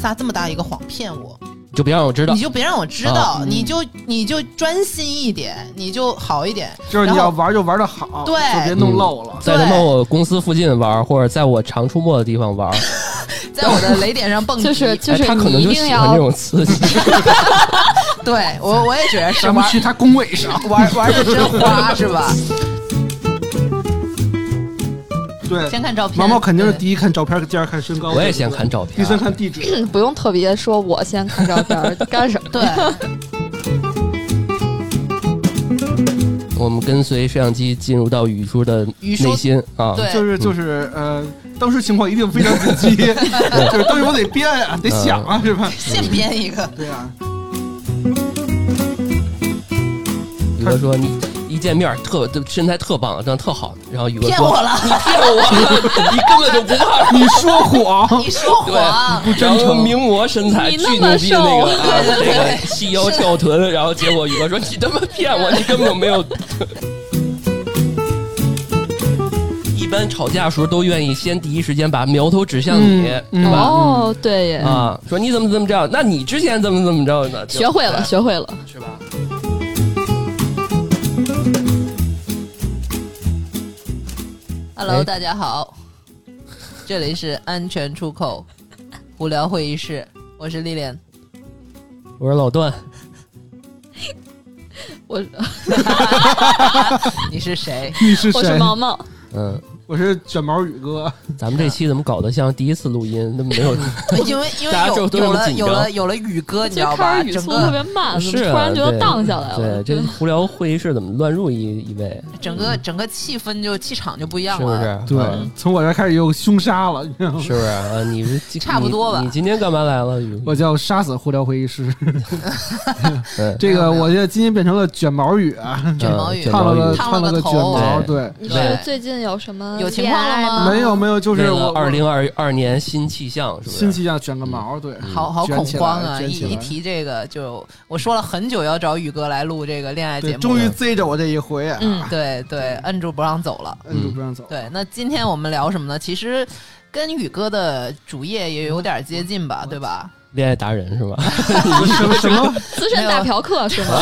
发这么大一个谎骗我？就别让我知道你。就别让我知道，啊你就你就专心一点，你就好一点。就是你然要后玩就玩的好，对就别嗯弄漏了。在他妈我公司附近玩，或者在我常出没的地方玩，在我的雷点上蹦极，就是就哎，是他可你能一就定喜欢这要种刺激。对我我也觉得是咱们玩去他工位 上。玩玩的真花是吧？对，先看照片，毛毛肯定是对第一看照片，第二看身高，我也先看啊照片第三看地址。 不用特别说，我先看照片儿干什么？对， 我们跟随摄像机进入到雨叔的雨叔内心啊，对就是就是呃，当时情况一定非常紧 急，就是当时我得编啊，得想嗯啊，是吧？现编一个，对啊，宇哥说你一见面特身材特棒，长得特好，然后宇哥骗说我了，骗 我，你根本就不怕。 你说谎，你说 谎，对，然后名模身材你巨那牛么逼的那个瘦 对啊，对那个对细腰翘臀，然后结果宇哥说你他妈骗我，你根本就没有。 一般吵架的时候都愿意先第一时间把苗头指向你，嗯对吧？哦，对耶，啊，说你怎么怎么着？那你之前怎么怎么着呢？就学会了，对学会了。是吧？ Hello，哎大家好，这里是安全出口无聊会议室，我是丽莲。我说老段，我你是 谁？你是我是谁？毛毛，嗯，我是卷毛宇哥，咱们啊这期怎么搞得像第一次录音那么 没有？因为因为大家有就都这有么了紧张有了有了宇哥，你知最道开吧？始语整速特个别慢，怎么是啊突然就对荡下来了？对，这无聊会议室怎么乱入一一位？整个整个气氛就气场就不一啊样是不了。是？对嗯，啊从我这开始又凶杀了，你知道吗？ 是不是啊？你是差不多吧你。你今天干嘛来了？我叫杀死互聊会议 室，嗯这个没有没有我这今天变成了卷毛宇啊，卷毛嗯羽卷烫毛了羽个烫烫了了个啊卷毛，头对，你对是最近有什么有情况了吗没有没有，就是那我个二我零嗯二二年新气象，是不是？新气象卷个毛，对，好好卷恐起来慌啊！卷一起来一提这个就，我说了很久要找宇哥来录这个恋爱对节，目，终于贼着我这一回啊，嗯，对对，摁住不让走了。摁住不让走。对，那今天我们聊什么呢？其实跟宇哥的主业也有点接近吧，对吧？恋爱达人是吧？ 嗯 什么 什么资深没大有嫖客是吗？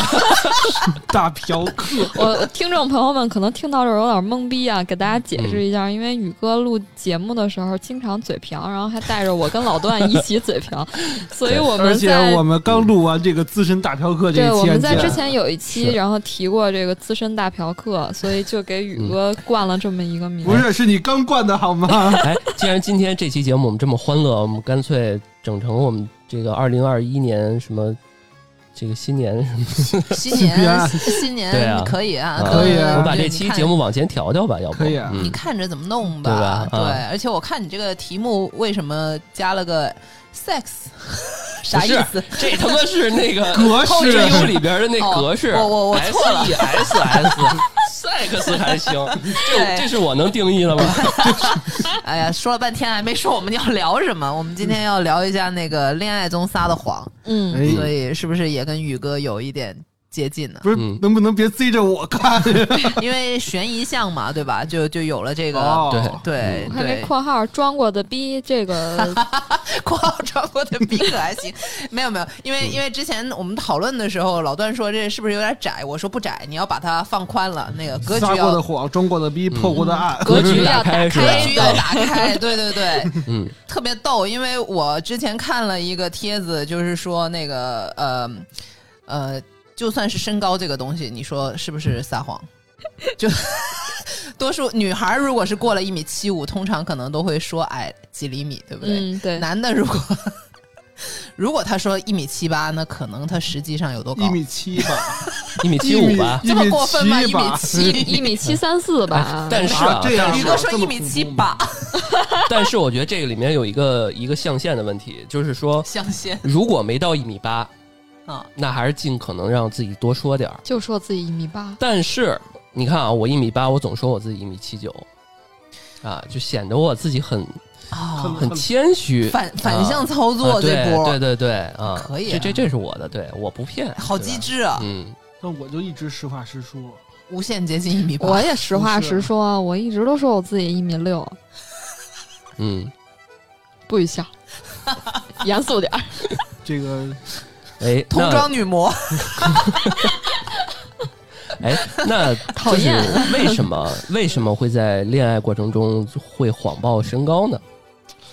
大嫖客？我听众朋友们可能听到这儿有点懵逼啊，给大家解释一下，因为宇哥录节目的时候经常嘴瓢，然后还带着我跟老段一起 嘴瓢，所以我而们且在我们刚录完这个啊资深大嫖客这对一我期案们在件，之前有一期，是然后提过这个资深大嫖客，所以就给宇哥冠了这么一个名。嗯不是是你刚灌的好吗？ 哎，既然今天这期节目我们这么欢乐，我们干脆整成我们这个二零二一年什么这个新年什么新自编年 新对啊年可以啊，可以啊我们把对这你期看节目往前调调吧，要不可以啊你嗯，看着怎么弄对吧对啊，而且我看你这个题目为什么加了个 sex，啥 不意是思？这 他妈是那个格式啊哎后知有里边的那格式，哦我我我错了 S E S S。sex 还行，这对这是我能定义的吗？哎呀，说了半天还没说我们要聊什么。我们今天要聊一下那个恋爱中撒的谎，嗯，哎所以是不是也跟宇哥有一点接近 呢？不是嗯，能不能别贼着我看？因为悬疑项嘛，对吧？就就有了这个。哦对对看这对， 括号装过的逼，这个括号穿过的比可还行， 没有没有，因为因为之前我们讨论的时候，老段说这是不是有点窄？我说不窄，你要把它放宽了，那个格局啊撒过的要谎，装过的逼，嗯破过的 案，格局要打打开是吧格局要的。打 开，对对对，嗯，特别逗，因为我之前看了一个帖子，就是说那个呃呃，就算是身高这个东西，你说是不是撒谎？就 多数女孩如果是过了一米七五，通常可能都会说矮几厘米，对不对？嗯，对，男的如果 如果他说一米七八，那可能他实际上有多高？一米 七吧，一米七五吧，嗯一这米么七过分吗？一米吧，七，一米七三四吧。但是啊啊，这样但宇是哥说这一么米恐七怖吗八，但是我觉得这个里面有一个一个象限的问题，就是说，相信如果没到一米八，啊，那还是尽可能让自己多说点儿。就说自己一米八，但是你看啊，我一米八，我总说我自己一米七九，啊，就显得我自己很啊很很谦虚，反反向操啊作这波，对对对对啊，可以啊这这这是我的，对，我不骗，好对吧机，智啊！嗯，但我就一直实话实说，无限接近一米我八，也实话实说，我一直都说我自己一米六，嗯， 不许笑。严肃点儿。这 个哎，童装女魔，那哎， 那讨厌就是为什么为什么会在恋爱过程中会谎报身高呢？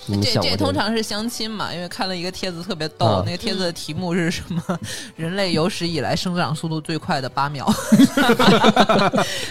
你们这想过这这通个常是相亲嘛，因为看了一个帖子特别逗，啊那个帖子的题目是什么？ 人类有史以来生长速度最快的八 秒。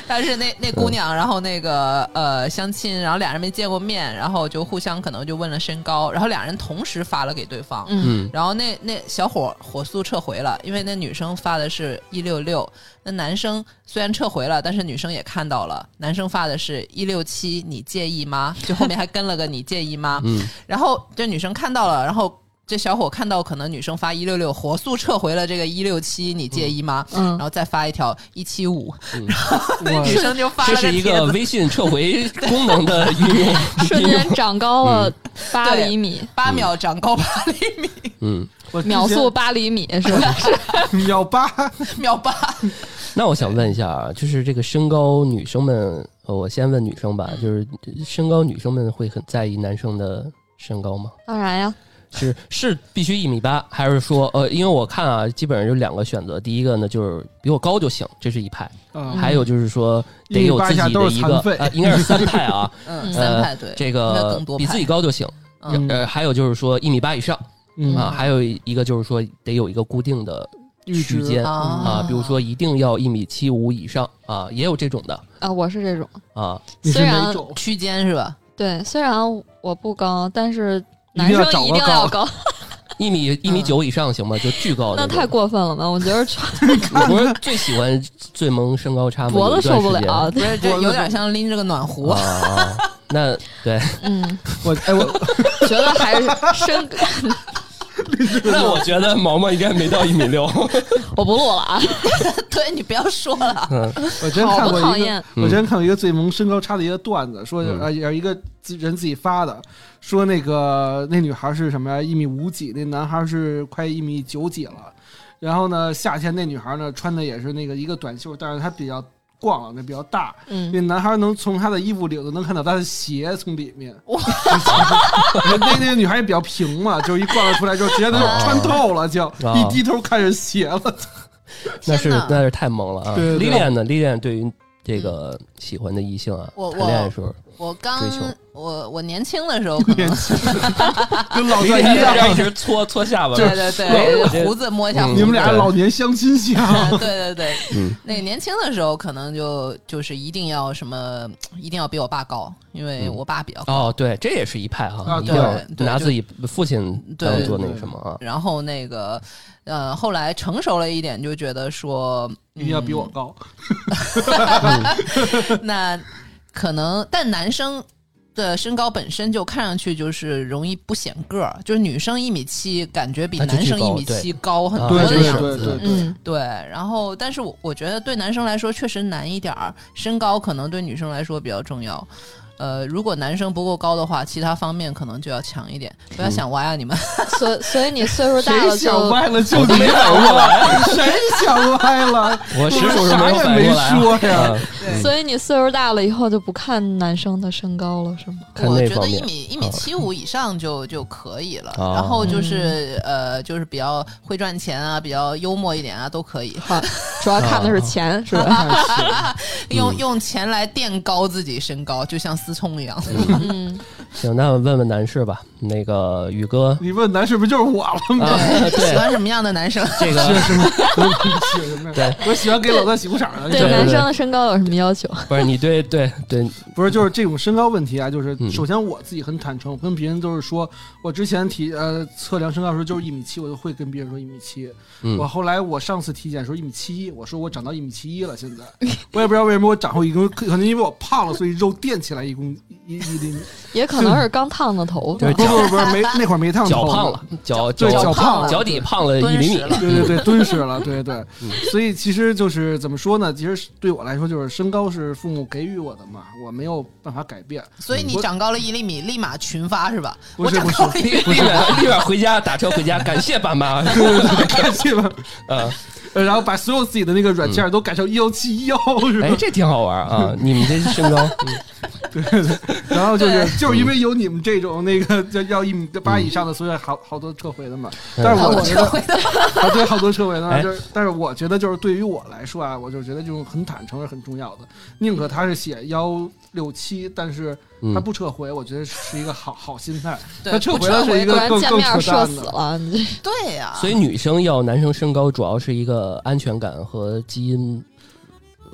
但是那那姑嗯娘，然后那个呃相亲，然后俩人没见过面，然后就互相可能就问了身高，然后俩人同时发了给对方，嗯嗯然后那那小伙火速撤回了，因为那女生发的是一六六，那男生虽然撤回了，但是女生也看到了，男生发的是一六七，你介意吗？就后面还跟了个你介意吗？ 嗯然后这女生看到了，然后这小伙看到可能女生发一六六，火速撤回了这个一六七，你介意吗？嗯然，后再发一条一七五，那女我生就发嗯这了是一帖个嗯子，微信撤回功能的 运用，瞬间长高嗯了八厘米，八秒长高八厘米，嗯，我之前秒速八厘 米是吧？秒八，秒八。那我想问一下啊，就是这个身高，女生们，呃我先问女生吧，就是身高，女生们会很在意男生的身高吗？当然呀，是是必须一米八，还是说呃，因为我看啊，基本上就两个选择，第一个呢就是比我高就行，这是一派；嗯还有就是说得有自己1.8的以一下个都是残废呃，应该是三派啊，嗯，嗯三派对，呃这应该个更多比派自己高就行。嗯呃，还有就是说一米八以上嗯啊，还有一个就是说得有一个固定的阈区值间啊啊，比如说一定要一米七五以上啊，也有这种的啊，我是这种，啊。你是虽然哪种？区间是吧？对，虽然我不高，但是男一定生要长一得定要高，一米一米九以上行吗？就巨高那种太。过分了吧？我觉得你不是最喜欢最萌身高差吗？脖有一子段受不时间了，啊不 是，这我有点像拎着个暖壶。啊啊，啊那对，嗯，我哎我觉得还是身， 那我觉得毛毛应该没到一米六。我不录了啊， 对你不要说了，我真好看不过讨一个，厌？啊嗯我真看过一个最萌身高差的一个段子，说嗯呃也是一个自人自己发的，说那个那女孩是什么呀？一米五几，那男孩是快一米九几了。然后呢，夏天那女孩呢穿的也是那个一个短袖，但是她比较逛了，那比较大。嗯，那男孩能从她的衣服领子能看到她的鞋从里面。哇！那那个女孩也比较平嘛，就是一逛了出来之后，直接都哦穿透了，就哦一低头看着鞋了。那是天哪那是太萌了啊！对对对 Lilian 呢？Lilian 对于这个喜欢的异性啊，我我谈恋爱的时候，我刚追求我我年轻的时候可能跟老段一一样，直搓搓下巴对对我对，胡子摸一下嗯胡子，你们俩老年相亲相。 对对对，嗯那个年轻的时候可能就就是一定要什么，一定要比我爸高，因为我爸比较高。哦，对，这也是一派啊，啊一对定要对拿就自己父亲对当对做那个对什么啊。然后那个呃，后来成熟了一点，就觉得说一定要比我高，那可能，但男生的身高本身就看上去就是容易不显个儿，就是女生一米七，感觉比啊这男巨生一高米对七高很啊多对的对样子。对对对，嗯，对，然后，但是我我觉得对男生来说确实难一点儿，身高可能对女生来说比较重要。呃，如果男生不够高的话，其他方面可能就要强一点。不要想歪啊，你们所所以你岁数大谁了想就歪 了就你反过来，谁想歪了？我实属是啥没有也反没应过来啊说呀 啊 所以你岁数大了以后就不看男生的身高了，是吗？看我那觉方得一面米一米七五以上就就可以了。啊然后就是呃，就是比较会赚钱啊，比较幽默一点啊，都可以。好，主要看啊的是钱，是吧？用用钱来垫高自己身高，就像思聪一样。嗯， 行，那问问男士吧，那个宇哥你问男是不是就是我了吗？ 啊， 喜对欢什么样的男生？这个是什么？我喜对欢我喜欢给老段洗裤衩啊的。对对男生的身高有什么要求？不是你对对对，不是，就是这种身高问题啊，就是嗯首先我自己很坦诚，我跟别人都是说，我之前体呃测量身高的时候就是一米七，我就会跟别人说一米七。嗯我后来我上次体检时候一米七一，我说我长到一米七一了，现在我也不知道为什么我长后一公，可可能因为我胖了，所以肉垫起来一公一一厘米。 也可能是刚烫的头就发哦是。不不不是没那会儿没烫头，脚胖了，脚对脚脚胖了脚嗯底胖了一厘米敦实了对对对，敦实了，对对对，所以其实就是怎么说呢？其实对我来说，就是身高是父母给予我的嘛，我没有办法改变。所以你长高了一厘米，立马群发是吧？不我是长高了一厘米，立马立马回家打车回家，感谢爸 妈。感谢吧，呃，呃然后把所有自己嗯哎的那个软件都改成幺七幺，是吧 哎，？这挺好玩啊！你们这身高，嗯对对，然后就是对就是因嗯为有你们这种那个要要一米八以上的，所以好好多撤回的嘛。嗯但是好我我觉撤得回的啊，对，好多撤回的嘛。哎就是，但是我觉得就是对于我来说啊，我就觉得这种很坦诚是很重要的。宁可他是写幺六七，但是他嗯，不撤回，我觉得是一个好好心态。对他撤不回了撤是回一不个然更见更面扯射淡死的嗯了， 你这对啊呀、所以女生要男生身高，主要是一个安全感和基因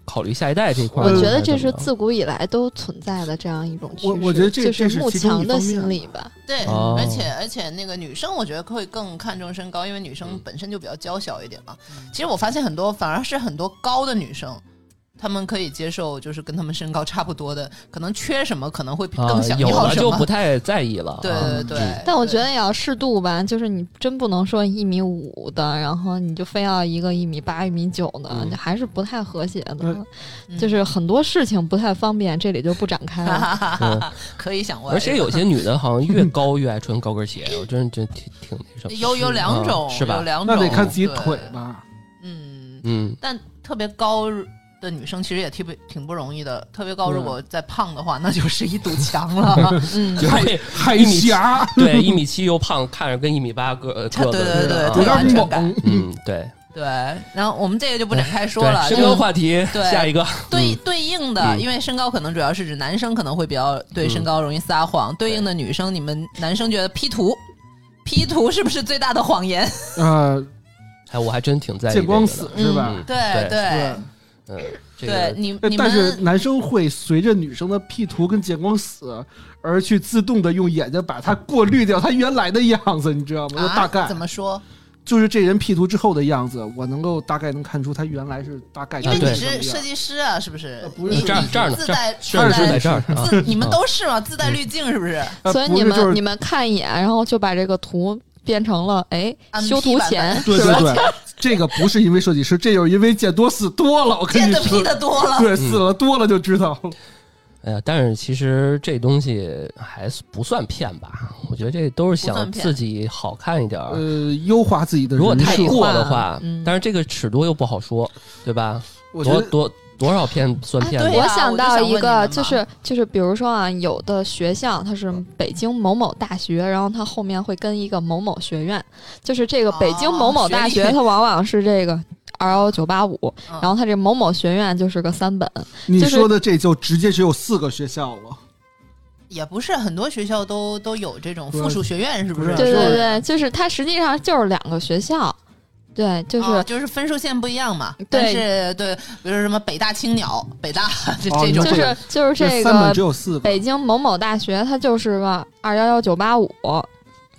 考虑下一代这一块儿我还我怎觉么着。得这是自古以来都存在的这样一种趋势，嗯我我觉得这就这是慕其中一强的方面心理吧。对，哦而且而且那个女生，我觉得会更看重身高，因为女生本身就比较娇小一点嘛。其实我发现很多反而是很多高的女生，她们可以接受就是跟她们身高差不多的，可能缺什么可能会更啊，想有要了什就么。不太在意了啊。对对对嗯，但我觉对得也要适度吧，就是你真不能说一米五的，然后你就非要一个一米八、一米九的嗯，这还是不太和谐的嗯。就。嗯是很多事情不太方便，这里就不展开哈了。哈哈哈哈， 可以想歪。而且有些女的好像越高越爱穿高跟鞋，我真真挺挺那什么。有有两种，嗯是吧有两种，那得看自己对腿。吧。嗯，嗯，但特别高的女生其实也挺不挺不容易的。特别高，对如果再胖的话，那就是一 堵墙了。嗯，就是 那海一米七啊峡，对一米七又胖，看着跟一米八个呃对个子似的啊。对有点对猛。嗯，对，对，然后我们这个就不展哎开说对了。身就高话题，对下一个。对对应的，嗯因为身高可能主要是指男生可能会比较对嗯身高容易撒谎，对应的女生，你们男生觉得 P 图，P 图是不是最大的谎言？ 呃，哎，我还真挺在意见光这个死的是吧？嗯对对嗯，这对，个你呃你但是们男生会随着女生的 P 图跟见光死而去自动的用眼睛把它过滤掉它原来的样子，你知道吗？就啊大概怎么说？就是这人 P 图之后的样子，我能够大概能看出他原来是大概因为啊对你什么是设样。计师啊，是不是呃？不是你这儿你这儿呢自这带事儿自是在带这儿啊。自你们都是嘛，自带滤镜是不 是？呃所以不你是们、就是你们看一眼，然后就把这个图变成了哎 MP 修图前版对是对吧？对，这个不是因为设计师，这就是因为见多死多了。我跟见你的 P 说，的多 了，嗯对死了多了就知道了。哎呀，但是其实这东西还不算骗吧？我觉得这都是不算想骗自己好看一点儿。呃，优化自己的啊如果人太设过人的设话，嗯但是这个尺度又不好说，对吧？我觉多得多多少骗算骗啊对子？呀我想到我就想问你一个，就们嘛是就是，比如说啊，有的学校它是北京某某大学，然后它后面会跟一个某某学院，就是这个北京某某大哦学学，历它往往是 这个二幺九八五，嗯然后它这某某学院就是个三本，你就是说的这就直接只有四个学校了。也不是很多学校都都有这种附属学院，是不是？不是对是对的对，就是它实际上就是两个学校，对，就是、啊就是分数线不一样嘛，但对是对，比如说什么北大青鸟、北大 这哦这你种说这就是个就是这三本个只有四个，北京某某大学，它就是个二幺幺九八五，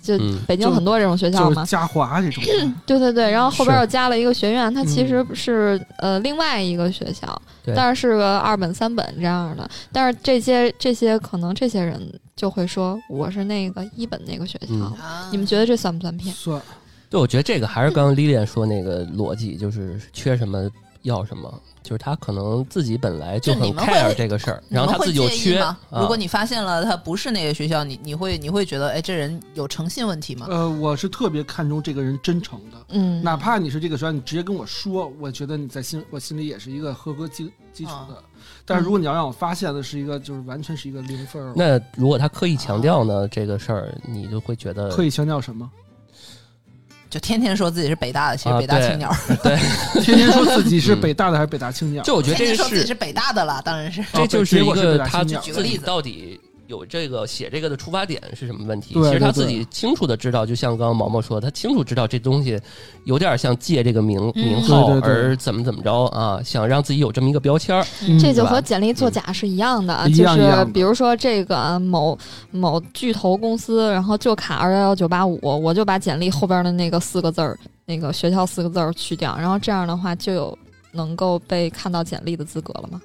就嗯北京很多这种学校就嘛是。嘉华这种。嗯对对对，然后后边是又加了一个学院，它其嗯实是呃另外一个学校，对但是是个二本三本这样的。但是这些这些可能这些人就会说我是那个一本那个学校，嗯啊，你们觉得这算不算骗？算对，我觉得这个还是刚刚 Lilian 说那个逻辑，就是缺什么要什么，就是他可能自己本来就就很你们会 care 这个事儿，你然们后他会自己又介意缺吗。？啊如果你发现了他不是那个学校，你你会你会觉得，哎，这人有诚信问题吗？呃，我是特别看重这个人真诚的，嗯，哪怕你是这个学校，你直接跟我说，我觉得你在心我心里也是一个合格基基础的。但是如果你要让我发现的是一个，就是完全是一个零分儿，那如果他刻意强调呢这个事儿，你就会觉得刻意强调什么？就天天说自己是北大的，其实啊北大对青鸟，天天说自己是北大的还是北大青鸟？就我觉得天这天个说自己是是北大的了，当然是。这就是一啊结果是个北大他青鸟举个自例己子到底有这个写这个的出发点是什么问题？对其实他对自对己清楚的知道，就像刚刚毛毛说，他清楚知道这东西有点像借这个名嗯名号对对对而怎么怎么着啊，想让自己有这么一个标签儿。嗯这就对吧和简历作假是一样的，嗯一就样一样是的比如说这个啊某某巨头公司，然后就卡二幺幺九八五，我就把简历后边的那个四个字儿，那个学校四个字儿去掉，然后这样的话就有能够被看到简历的资格了嘛。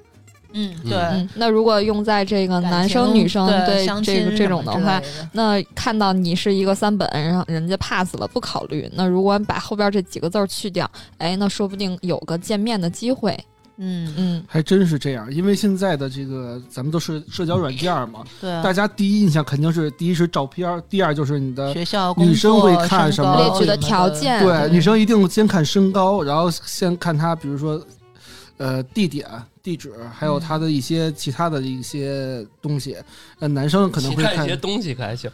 嗯，嗯对，嗯，那如果用在这个感男生情女生对对相这个亲这什种么的之话类，的那看到你是一个三本，然后人家 pass 了不考虑，那如果把后边这几个字儿去掉，哎，那说不定有个见面的机会。嗯，嗯，还真是这样，因为现在的这个咱们都是社交软件嘛，对啊大，家第一印象肯定是第一是照片儿，第二就是你的学校女生工作会看身什么高列什举么的条件嗯对，女生一定先看身高，然后先看她，比如说，呃，地点，地址，还有他的一些其他的一些东西。那男生可能会看看一些东西可还行，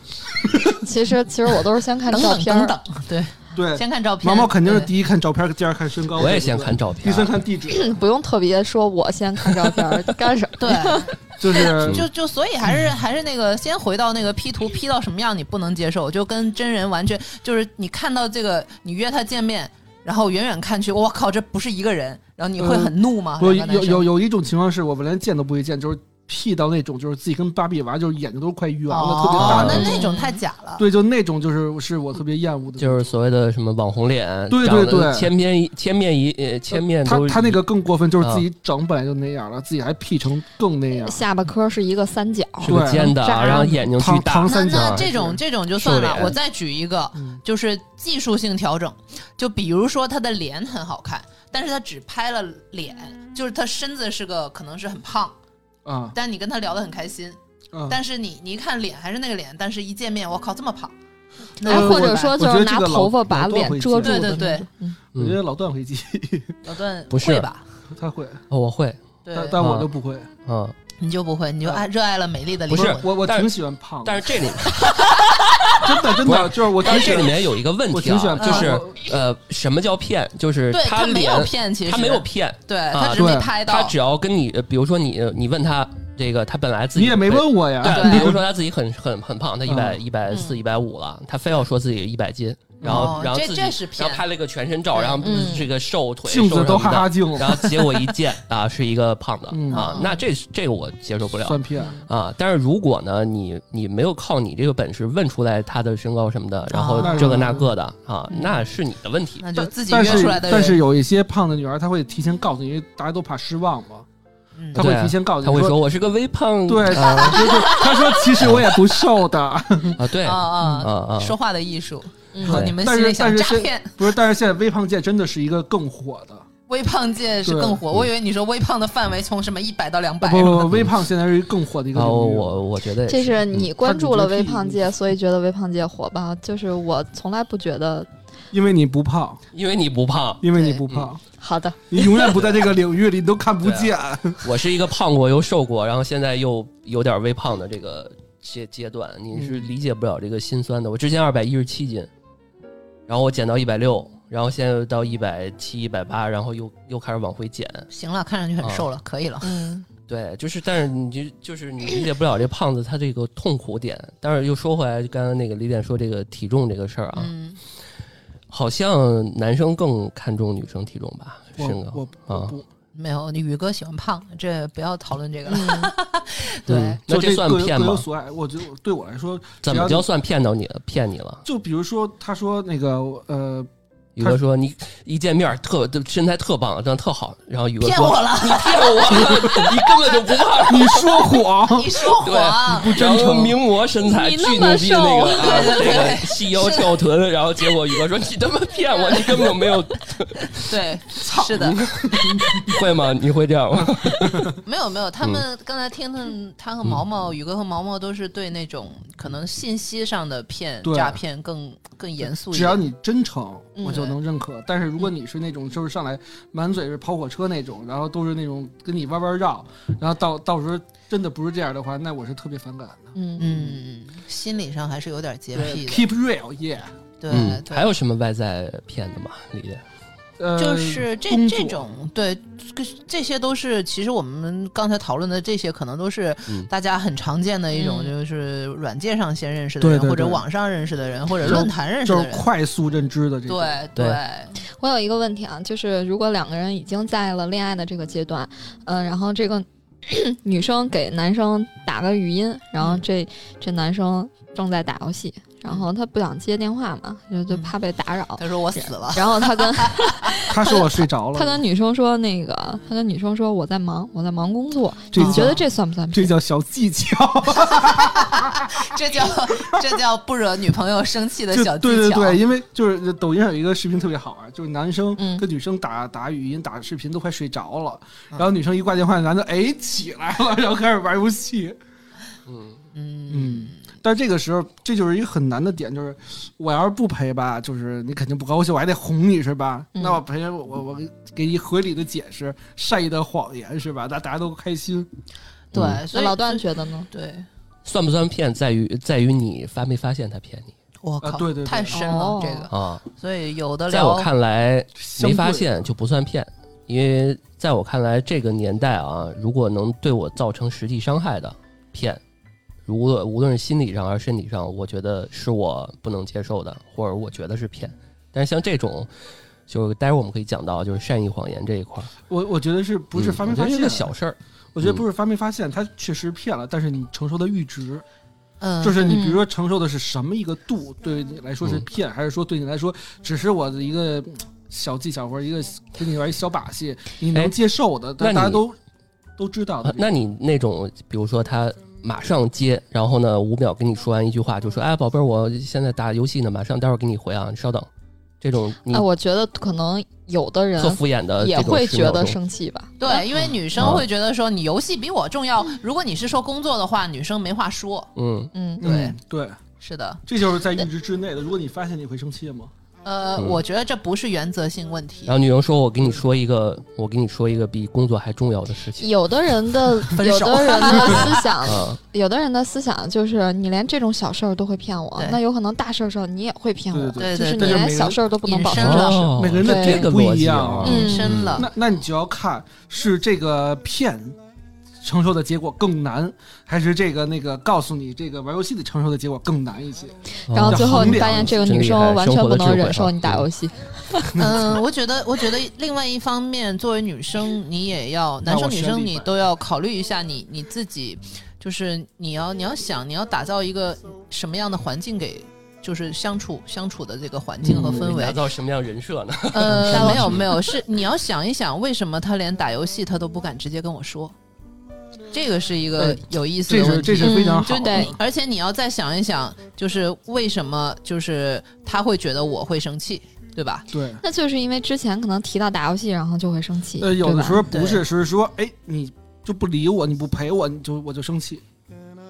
其实其实我都是先看等照等片等儿，等，对，对，先看照片。毛毛肯定是对第一看照片，第二看身高，我也先看照第片。啊三看 地址， 不用特别说我先看照片儿干什么？对，嗯就是就就所以还是还是那个，先回到那个 P 图 P 到什么样你不能接受，就跟真人完全就是你看到这个，你约他见面，然后远远看去，我靠，这不是一个人，然后你会很怒吗？不两个有男生有有一种情况是我们连见都不会见，就是 P 到那种，就是自己跟芭比娃，就是眼睛都快圆了，特别大哦，那的。那种太假了。对，就那种就是是我特别厌恶的，就是所谓的什么网红脸，对长得对对千面一千面一呃千面他都他那个更过分，就是啊自己整本来就那样了，自己还 P 成更那样，下巴颏是一个三角，是个对尖的啊，渣然后眼睛巨唐大唐，那三角那啊。这种是这种就算瘦了，脸我再举一个，嗯就是技术性调整，就比如说他的脸很好看，但是他只拍了脸，就是他身子是个可能是很胖，啊但你跟他聊得很开心，嗯啊，但是你你一看脸还是那个脸，但是一见面，我靠，这么胖，呃哎，那或者说我就觉得是拿这个老头发把脸遮住对的对对那种，，我觉嗯，得老段会记，老段不是会吧？ 他会，哦我会，对，但但我啊就不会。嗯，你就不会，你就爱热爱了美丽的灵不是魂。我我但挺喜欢胖但的，是这里真的真不的是就是我但挺是喜这里欢，面有一个问我题挺喜啊欢，嗯就胖是的。呃，什么叫骗？就是对他没脸有骗，其实他没有，骗，对啊他只是没对拍他到，只要跟你，呃比如说你，你问他这个，他本来自己你也没问我啊呀，对，对比如说他自己很很很胖，他一百一百四嗯一百五了，他非要说自己一百斤，然后哦然后这自己这是骗然后拍了一个全身照，对然后嗯这个瘦腿镜瘦子都什么哈的哈镜了，然后结果一见啊是一个胖子嗯啊，那这这个我接受不了算骗。啊。但是如果呢，你你没有靠你这个本事问出来他的身高什么的，然后啊这个那个的啊，那是你的问题。那就自己约但是出来的人，但是有一些胖的女孩，她会提前告诉你，因为大家都怕失望嘛，嗯她会提前告诉你，他啊会说我是个微胖，对，啊就是她说其实我也不瘦的， 啊对啊啊啊啊，，说话的艺术，嗯好对你们但心是里想但是诈现骗。不是，但是现在微胖界真的是一个更火的，微胖界是对更火，我以为你说微胖的范围从什么一百到两百，不不不，微胖现在是一个更火的一个啊领我域。我我觉得嗯也这是你关注了微胖他界，所以觉得微胖界火吧？就是我从来不觉得因为你不胖，因为你不胖，因为你不胖，嗯好的，你永远不在这个领域里，你都看不见。我是一个胖过又瘦过，然后现在又有点微胖的这个阶阶段，你是理解不了这个心酸的。我之前二百一十七斤，然后我减到一百六，然后现在又到一百七、一百八，然后又又开始往回减。行了，看上去很瘦了，可以了。嗯，对，就是，但是你就就是你理解不了这胖子他这个痛苦点。但是又说回来，就刚刚那个李点说这个体重这个事儿啊，嗯，好像男生更看重女生体重吧，啊我身高我我不，没有，你宇哥喜欢胖，这不要讨论这个了。嗯对，那就这算各有骗各有吗？所爱，我觉得对我来说，怎么只要就算骗到你了？骗你了？就比如说他说那个 呃，宇哥说：“你一见面儿特身材特棒，长得特好。”然后宇哥说：“骗我了你骗我了，你根本就不怕。你说 谎，你说谎，不”真然后诚，名模身材你巨那牛么逼那瘦个啊，对这对个对细腰翘臀，然后结果宇哥说：“你他妈骗我，你根本就没有对，是的，会吗？你会这样吗没有没有，他嗯们刚才听听他和毛毛，宇哥和毛毛都是对那种可能信息上的骗对诈骗更更严肃一点。只要你真诚，嗯我就能认可。但是如果你是那种就是上来满嘴是跑火车那种，然后都是那种跟你弯弯绕，然后到到时候真的不是这样的话，那我是特别反感的。嗯，嗯，心理上还嗯是有点洁癖的。 Keep real，耶、对，？”嗯，对还有什么外在骗的吗？李姐，呃，就是这工作这种对，这这些都是其实我们刚才讨论的这些，可能都是嗯大家很常见的一种，嗯就是软件上先认识的对人，对或者对网上认识的人，或者就论坛认识就的是人。快速认知的这种，对对我有一个问题啊，就是如果两个人已经在了恋爱的这个阶段，嗯、然后这个 女生给男生打个语音，然后这这男生正在打游戏，然后他不想接电话嘛，就就怕被打扰，他说我死 了，然后他跟他说我睡着了，他跟女生说那个，他跟女生说我在忙，我在忙工作，这你觉叫得这算不算骗？这叫小技巧，这叫这叫不惹女朋友生气的就小技巧。对对对，因为就是抖音上有一个视频特别好玩，就是男生嗯跟女生打、打语音、打视频都快睡着了，嗯然后女生一 挂电话，男的哎起来了，然后开始玩游戏，嗯，嗯嗯，但这个时候，这就是一个很难的点，就是我要是不赔吧，就是你肯定不高兴，我还得哄你是吧？嗯那我赔，我我我给你合理的解释，善意的谎言是吧？那大家都开心。对，嗯所那以老段觉得呢？对，啊算不算骗，在于在于你发没发现他骗你我啊靠，对对对太深了、哦这个，啊？所以有的在聊我看来，相没对发现就不算骗，因为在我看来，这个年代啊，如果能对我造成实际伤害的骗，无论无论是心理上还是身体上，我觉得是我不能接受的，或者我觉得是骗。但是像这种，就是待会儿我们可以讲到，就是善意谎言这一块儿，我我觉得是不是嗯发没我觉得发是现？啊个小嗯事儿，我觉得不是发没发现，他确实骗了，但是你承受的阈值，嗯，就是你比嗯如说承受的是什么一个度，对你来说是嗯骗，还是说对你来说只是我的一个嗯小技巧或者一个跟你玩一小把戏，你哎能接受的，那但你大家都都知道啊的。那你那种，比如说他马上接，然后呢五秒跟你说完一句话，就说：“哎，宝贝儿，我现在打游戏呢，马上待会儿给你回啊，你稍等。”这种你哎，我觉得可能有的人做敷衍的也这种会10觉得秒钟生气吧。对，因为女生啊会觉得说你游戏比我重要。如果你是说工作的话，女生没话说。嗯，嗯，对嗯对，是的，这就是在阈值之内的。如果你发现，你会生气吗？呃，嗯我觉得这不是原则性问题啊然。后女生说：“我跟你说一个，我跟你说一个比工作还重要的事情。有的人的 分有手的 人的思想，啊有的人的思想就是你连这种小事儿都会骗我对，那有可能大事儿上你也会骗我，对对就对是这就你对，每连个小人事儿都不能隐保身证。了哦每个人的对这点个不逻一辑样啊啊。嗯隐身了。那那你就要看是这个骗承受的结果更难，还是这个那个告诉你这个玩游戏的承受的结果更难一些？然后啊最后衡你量发现这个真女厉生害完生全活不的能智忍慧受啊你打嗯游戏，嗯，我觉得，我觉得另外一方面，作为女生，你也要男生那我女选生李你白都要考虑一下你你自己，就是你要你要想你要打造一个什么样的环境给。就是相处相处的这个环嗯境和氛打围，造什么样人设呢？ 呃，没有没有，是你要想一想，为什么他连打游戏他都不敢直接跟我说，这个是一个哎有意思这的是问题。这是非常嗯好的。就对而且你要再想一想，就是为什么就是他会觉得我会生气，对吧？对，那就是因为之前可能提到打游戏，然后就会生气。呃，有对的吧时候不对是，是说，哎，你就不理我，你不陪我，你就我就生气，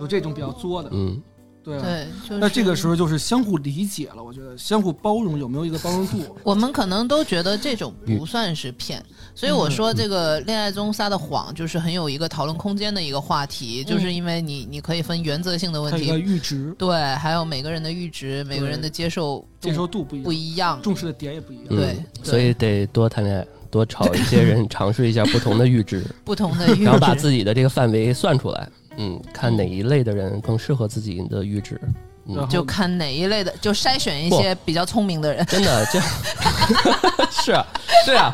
有这种比较作的，嗯，对啊。对，就是、那这个时候就是相互理解了，我觉得相互包容有没有一个包容度？我们可能都觉得这种不算是骗，所以嗯我说这个恋爱中撒的谎就是很有一个讨论空间的一个话题，就是因为你你可以分原则性的问嗯它有一个题，阈值对，还有每个人的阈值，每个人的接受接受度度不一不样，一样，重视的点也不一样。嗯对对所以得多谈恋爱，多找一些 人尝试一下不同的阈值，不同的然后把阈 值。自己的这个范围算出来，嗯，看哪一类的人更适合自己的阈值。嗯然后就看哪一类的，就筛选一些比较聪明的人。真的，这 是啊，对啊，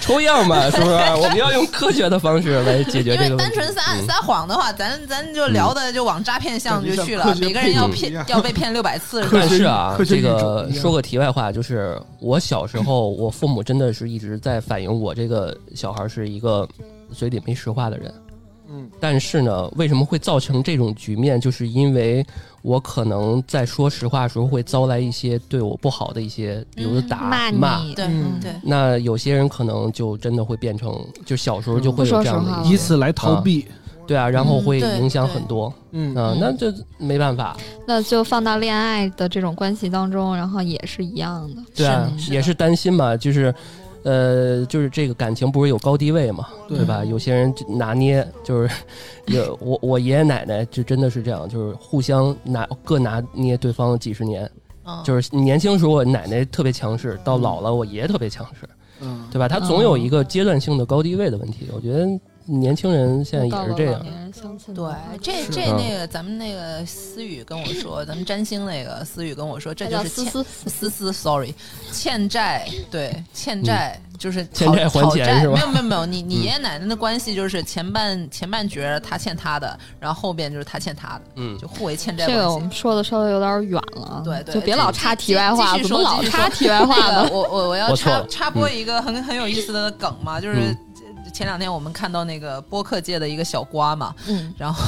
抽样嘛，是不是？我们要用科学的方式来解决因这为个问单题。纯撒嗯撒谎的话，咱咱就聊的就往诈骗项就去了，感觉像科学每个人要配比一骗样要被骗六百 次，科但学是啊科，这学语种个一样说个题外话，就是我小时候，我父母真的是一直在反映我这个小孩是一个嘴里没实话的人。嗯，但是呢，为什么会造成这种局面？就是因为我可能在说实话的时候会遭来一些对我不好的一些，比如嗯打、你，骂。对嗯对。那有些人可能就真的会变成，就小时候就会有这样不说实话的了一以些，此来逃避。对啊，然后嗯会对影响对很多嗯，啊、嗯那就没办法，那就放到恋爱的这种关系当中，然后也是一样的。对啊是，的也是担心嘛，就是，呃，就是这个感情不是有高低位嘛，对对吧？有些人就拿捏就是， 有我我爷爷奶奶就真的是这样，就是互相拿各拿捏对方几十年，嗯就是年轻时候我奶奶特别强势，到老了我爷爷特别强势，嗯，对吧？他总啊有一个阶段性的高低位的问题，我觉得年轻人现在到也是了这老样，年人相亲的对话，这是这嗯那个咱们那个思雨跟我说，咱们占星那个思雨跟我说，这这就叫是思欠思思思，sorry，欠债，对，欠债、就是嗯欠讨债还讨钱债是吧嗯没有没有没有， 你你爷爷奶奶的关系就是前半前半角儿他欠他的，然后后边就是他欠他的，嗯，就互为欠债这关个系。我们说的稍微有点远了啊，对对呃就别老插题外话，继怎续么说老继续插说题外话那 呢个？我我我要我错插了插播一个很很有意思的梗嘛，嗯就是前两天我们看到那个播客界的一个小瓜嘛，嗯，然后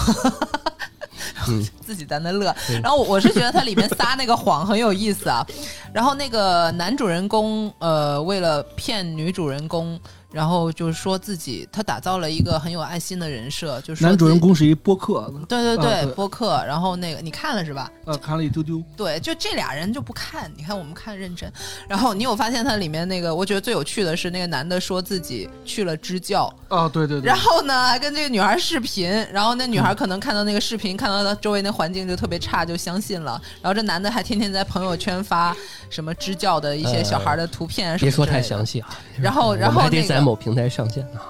嗯 自己在那乐对。然后我是觉得它里面撒那个谎很有意思啊。然后那个男主人公呃，为了骗女主人公，然后就是说自己他打造了一个很有爱心的人设，就是说男主自己人公是一播客的，对对啊对对播客，然后那个你看了是吧？呃，看了一 丢丢，对，就这俩人就不看，你看我们看认真。然后你有发现它里面那个，我觉得最有趣的是那个男的说自己去了支教，哦，对对对然，后呢还跟这个女孩视频，然后那女嗯孩可能看到那个视频，看到她周围那环境就特别差，就相信了。然后这男的还天天在朋友圈发什么支教的一些小孩的图片什么呃别说之类太的详细啊。然后哦然后我们还得那个在某平台上线 啊。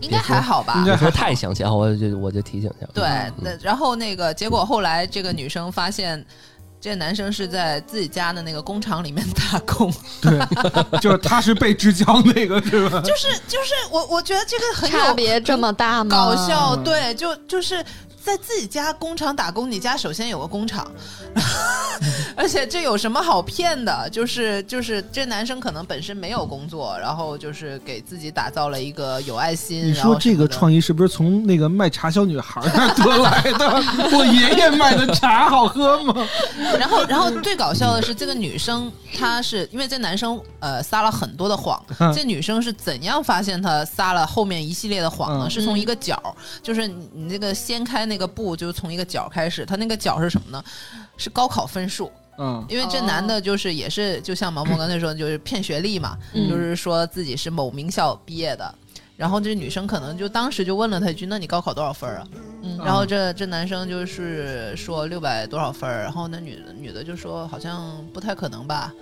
应该还好吧应？该别说还太详细啊，我就我就提醒一下。对嗯，那然后那个结果后来这个女生发现，这男生是在自己家的那个工厂里面 打工，对，就是他是被支教那个是吧？ 就是就是我我觉得这个很差有别这么大吗？搞笑，嗯对，就就是。在自己家工厂打工，你家首先有个工厂， 而且这有什么好骗的？就是就是，这男生可能本身没有工作，然后就是给自己打造了一个有爱心。你然后说这什么个的创意是不是从那个卖茶小女孩那儿得来的？我 爷爷卖的茶好喝吗？然后，然后最搞笑的是，这个女生她是因为这男生呃撒了很多的谎，这女生是怎样发现他撒了后面一系列的谎呢？嗯是从一个角，就是你你那个掀开那个布，就是从一个角开始。他那个角是什么呢？是高考分数，嗯，因为这男的就是也是就像毛毛刚才说的，就是骗学历嘛，嗯就是说自己是某名校毕业的。然后这女生可能就当时就问了他一句：“那你高考多少分儿啊？”嗯然后这这男生就是说六百多少分儿，然后那女的女的就说好像不太可能吧，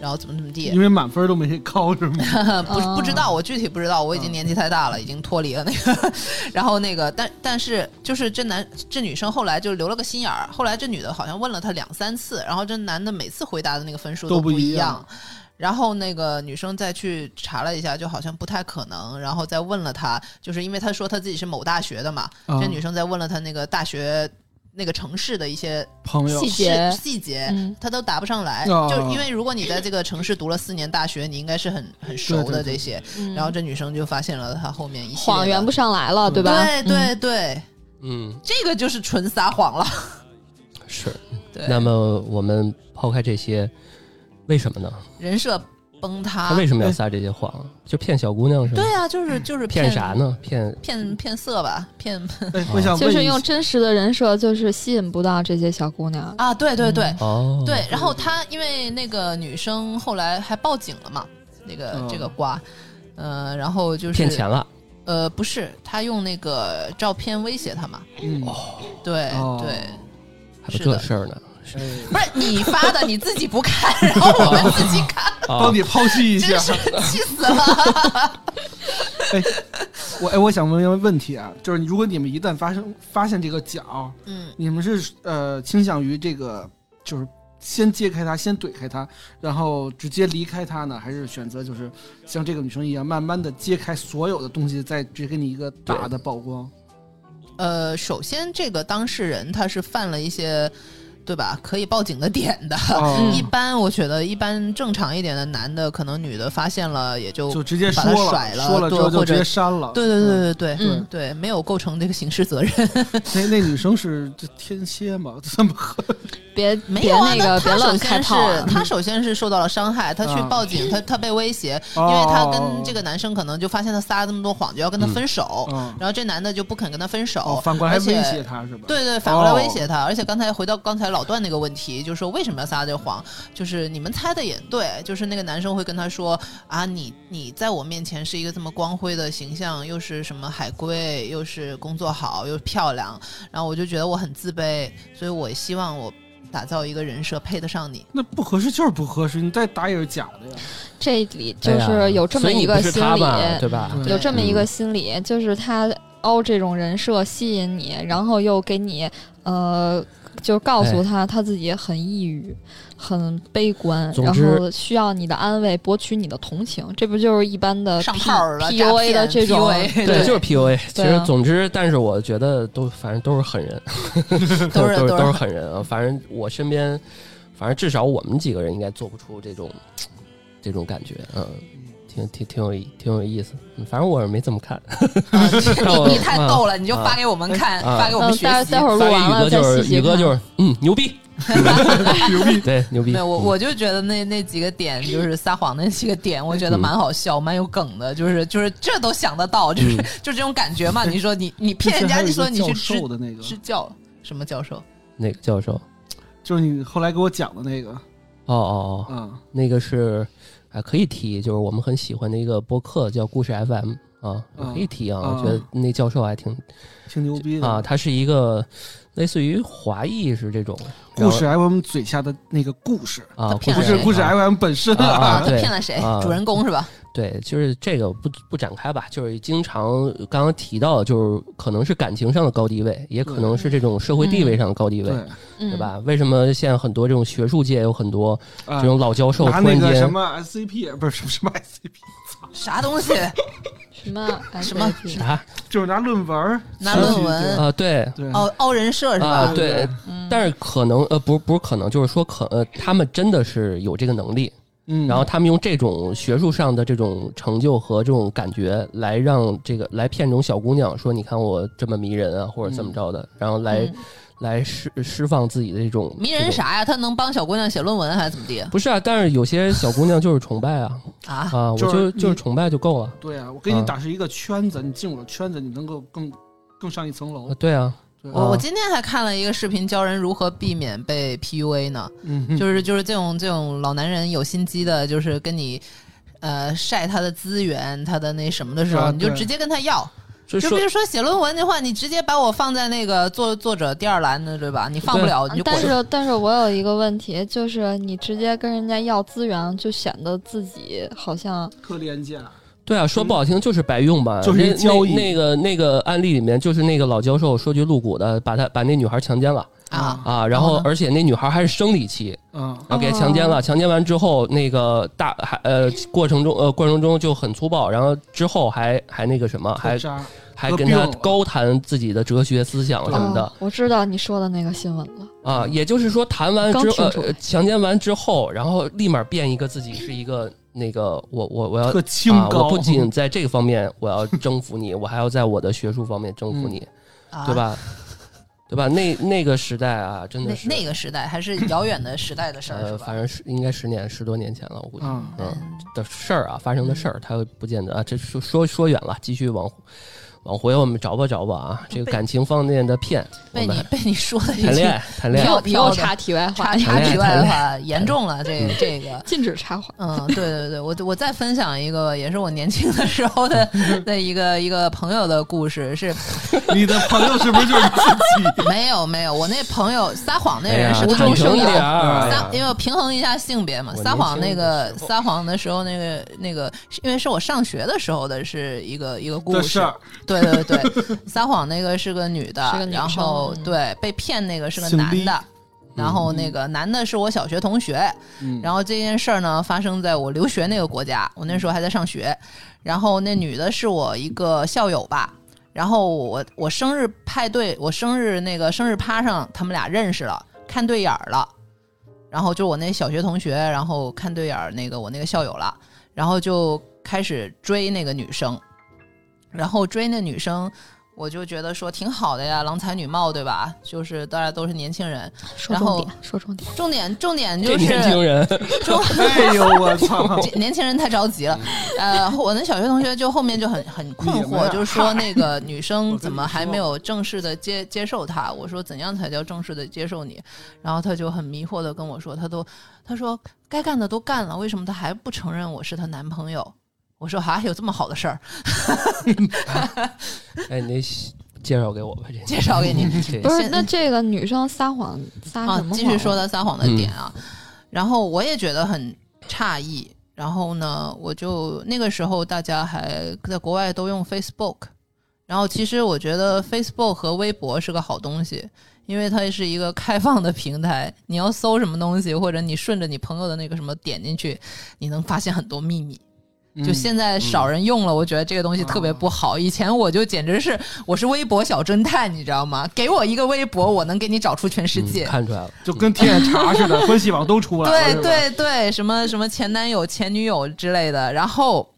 然后怎么怎么地因，为满分都没高是吗？ 不嗯是不知道，我具体不知道，我已经哦嗯年纪太大了，已经脱离了那个。 然后那个，但但是就是这男这女生后来就留了个心眼儿，后来这女的好像问了他两三次，然后这男的每次回答的那个分数都不不一样。样然后那个女生再去查了一下，就好像不太可能，然后再问了他，就是因为他说他自己是某大学的嘛，啊这女生再问了他那个大学那个城市的一些朋友细节事细节，嗯他都答不上来。哦就因为如果你在这个城市读了四年大学，你应该是很很熟对的对对这些。嗯哎然后这女生就发现了他后面一系列的谎圆不上来了，对吧？对对对，嗯这个就是纯撒谎了。是。对，那么我们抛开这些，为什么呢？人设崩塌他。为什么要撒这些谎？就骗小姑娘是吗？啊对啊，就是就是骗啥？呢？骗骗骗色吧， 骗哎，我想嗯就问是一用下，真实的人设，就是吸引不到这些小姑娘。啊！对对对，哦，对，然后他因为那个女生后来还报警了嘛，那个、嗯这个瓜，呃，然后就是骗钱了。呃，不是，他用那个照片威胁他嘛，嗯，对、哦对，还有是的这事儿呢？是哎不是你发的，你自己不看， 然后我们自己看，啊帮你剖析一下真。是气死了。 我哎，我想问一个问题啊，就是如果你们一旦发生发现这个角，嗯，你们是呃倾向于这个就是先揭开它，先怼开它，然后直接离开它呢，还是选择就是像这个女生一样，慢慢的揭开所有的东西，再只给你一个大的曝光？呃，首先这个当事人他是犯了一些。对吧？可以报警的点的，哦 一般我觉得一般正常一点的男的，可能女的发现了也就就直接把它说了，甩了说了之对后就或者直接删了。对对对对对、嗯对，没有构成这个刑事责任。那那女生是这天蝎 嘛？这么狠别没别有啊，个，那别他乱首开先是炮啊！他首先是受到了伤害，他去啊报警，他他被威胁， 因哦为他跟这个男生可能就发现他撒了这么多谎，就要跟他分手，嗯然后这男的就不肯跟他分哦手，，反过来而威且胁她是吧？对对，反过来哦威胁他。而且刚才回到刚才老段那个问题，就是说为什么要撒这谎？就是你们猜的也对，就是那个男生会跟他说啊，你你在我面前是一个这么光辉的形象，又是什么海归，又是工作好，又漂亮，然后我就觉得我很自卑，所以我希望我打造一个人设配得上你。那不合适就是不合适，你再打也是假的呀。这里就是有这么一哎个呀所以你不是心他理，嘛对吧？对有这么一嗯个心理，就是他凹这种人设吸引你，然后又给你呃，就告诉哎他他自己很抑郁、很悲观，总然之后需要你的安慰，博取你的同情，这不就是一般的 P, 上炮了 PUA 诈的骗这种 PUA 对，就是 PUA。其对实啊总之，但是我觉得都反正都是狠人，都是都都都是是狠人啊。反正我身边，反正至少我们几个人应该做不出这种这种感觉，嗯。挺挺挺有意挺有意思，嗯反正我是没怎么看。啊 你你太啊逗了，你就啊发给我们看，啊发给我们嗯，学待习待。会儿录发完现宇了哥就再细是细宇哥看就是嗯牛逼，牛逼！对，牛逼嗯没！有，我我就觉得那那几个点就是撒谎那几个点，我觉得蛮好笑，蛮有梗的，就是就是这都想得到，就是、嗯 就这种感觉嘛。你说你你 骗人之前还家，有你一 个说你去教吃授的那个，是教什么教授？那个教授，哦就是你后来给我讲的那个，哦哦，嗯，那个是啊，可以提，就是我们很喜欢的一个播客叫故事 FM 啊，嗯可以提啊，嗯我觉得那教授还挺挺牛逼的啊，。他是一个类似于华裔是这种故事 FM 嘴下的那个故事，然后他啊，骗不人是故事啊 FM 本身啊啊他对骗了谁？啊主人公是吧？对，就是这个不不展开吧，就是经常呃刚刚提到，就是可能是感情上的高低位，也可能是这种社会地位上的高低位，对，嗯，对？吧？为什么现在很多这种学术界有很多啊这种老教授拿突那然个什间么 SCP 不是什么什么 SCP，啥东西？什么 什么 SAP 啥啊、就是拿论文儿拿论对文对。对哦，凹人设是吧？啊，对对，但是可能呃，不是不是可能，就是说可呃，他们真的是有这个能力，嗯，然后他们用这种学术上的这种成就和这种感觉来让这个来骗这种小姑娘说，你看我这么迷人啊，或者怎么着的，然后来、嗯来释释放自己的这种迷人？这种啥呀？他能帮小姑娘写论文还是怎么地不是啊，但是有些小姑娘就是崇拜啊啊？啊，我就就是你就是崇拜就够了。对啊，我给你啊打是一个圈子，你进我的圈子，你能够更更上一层楼呃啊。对啊，对我啊我今天还看了一个视频，教人如何避免被 PUA 呢。嗯，就是就是这种这种老男人有心机的，就是跟你呃晒他的资源，他的那什么的时候，啊你就对直接跟他要。所以就说比如说写论文的话，你直接把我放在那个作作者第二栏的，对吧？你放不对了你就滚啊但。是但是我有一个问题，就是你直接跟人家要资源，就显得自己好像特廉价，对啊，说不好听就是白用吧，嗯就是一那交易那那个那个案例里面，就是那个老教授说句露骨的，把他把那女孩强奸了啊，啊，然然后后哦呢而且那女孩还是生理期，嗯哦然后给强奸了，强奸完之后，那个大还呃过程中呃过程中就很粗暴，然后之后还还那个什么，还特渣，还特跟别他了高谈自己的哲学思想什么的哦，我知道你说的那个新闻了。啊，也就是说谈完之刚听出来呃强奸完之后，然后立马变一个自己是一个那个我我呃我要特清啊，高。我不仅在这个方面我要征服你，我还要在我的学术方面征服你，啊对？吧？对吧？那那个时代啊，真那的是那个时代还是遥远的时代的事儿，呃，是吧反？正是应该十年十多年前了，我估计。嗯嗯的事儿啊，发生嗯的事儿，它不见得啊。这说说说远了，继续往往回我们找吧找吧啊。这个嗯被感情方面的骗，我被们你被你说的已 谈恋经爱谈没恋有跳爱又跳又的插题外查，话谈查恋爱嗯题 外谈的恋话严重了，这这个。禁止插话。嗯，对对对，我我再分享一个，也是我年轻的时候的 的一个一个朋友的故事，是你的朋友是不是就是你自 己？没有没有，我那朋友撒谎那哎呀人是坦无中生诚一有，点儿哎撒呀因为我平衡一下性别嘛，我撒谎那年轻的个时候撒谎的时候那个那个，是因为是我上学的时候的是一个一个故的事事，儿，对对 对，撒谎那个是个女的，是个女然生后嗯对被骗那个是个姓男李的。然后那嗯个男的是我小学同学，嗯然后这件事儿呢发生在我留学那个国家，我那时候还在上学。然后那女的是我一个校友吧，然后我我生日派对，我生日那个生日趴上，他们俩认识了，看对眼儿了。然后就我那小学同学，然后看对眼儿那个我那个校友了，然后就开始追那个女生，然后追那女生。我就觉得说挺好的呀，郎才女貌，对吧？就是大家都是年轻人，说然重后点，说重点。重点重点就这是年轻人，重哎呦我操！ 这年轻人太着急了，呃，我那小学同学就后面就很很困你们啊惑，就是说那个女生我跟你怎么还没有正式的接接受他？我说怎样才叫正式的接受你？然后他就很迷惑的跟我说，他都他说该干的都干了，为什么他还不承认我是她男朋友？我说啊哈、有这么好的事儿，哎，你介绍给我吧，这介绍给你。这不是，现那这个女生撒谎撒啊什，么谎？继续说他撒谎的点啊，然后我也觉得很诧异。然后呢，我就那个时候大家还在国外都用 Facebook，然后其实我觉得 Facebook 和微博是个好东西，因为它是一个开放的平台，你要搜什么东西，或者你顺着你朋友的那个什么点进去，你能发现很多秘密。嗯就现在少人用了，我觉得这个东西特别不好。以前我就简直是我是微博小侦探，你知道吗？给我一个微博，我能给你找出全世界。嗯看出来了，就跟天眼查似的，关系网都出来对了。对对，什么什么前男友、前女友之类的。然后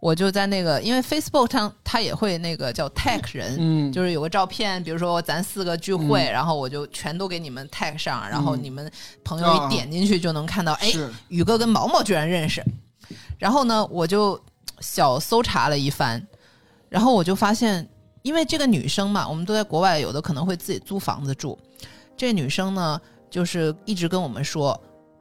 我就在那个，因为 Facebook 上它也会那个叫 tag 人，嗯，就是有个照片，比如说咱四个聚会，嗯然后我就全都给你们 tag 上，然后嗯你们朋友啊一点进去就能看到，哎、是宇哥跟毛毛居然认识。然后呢，我就小搜查了一番，然后我就发现，因为这个女生嘛，我们都在国外，有的可能会自己租房子住。这女生呢，就是一直跟我们说，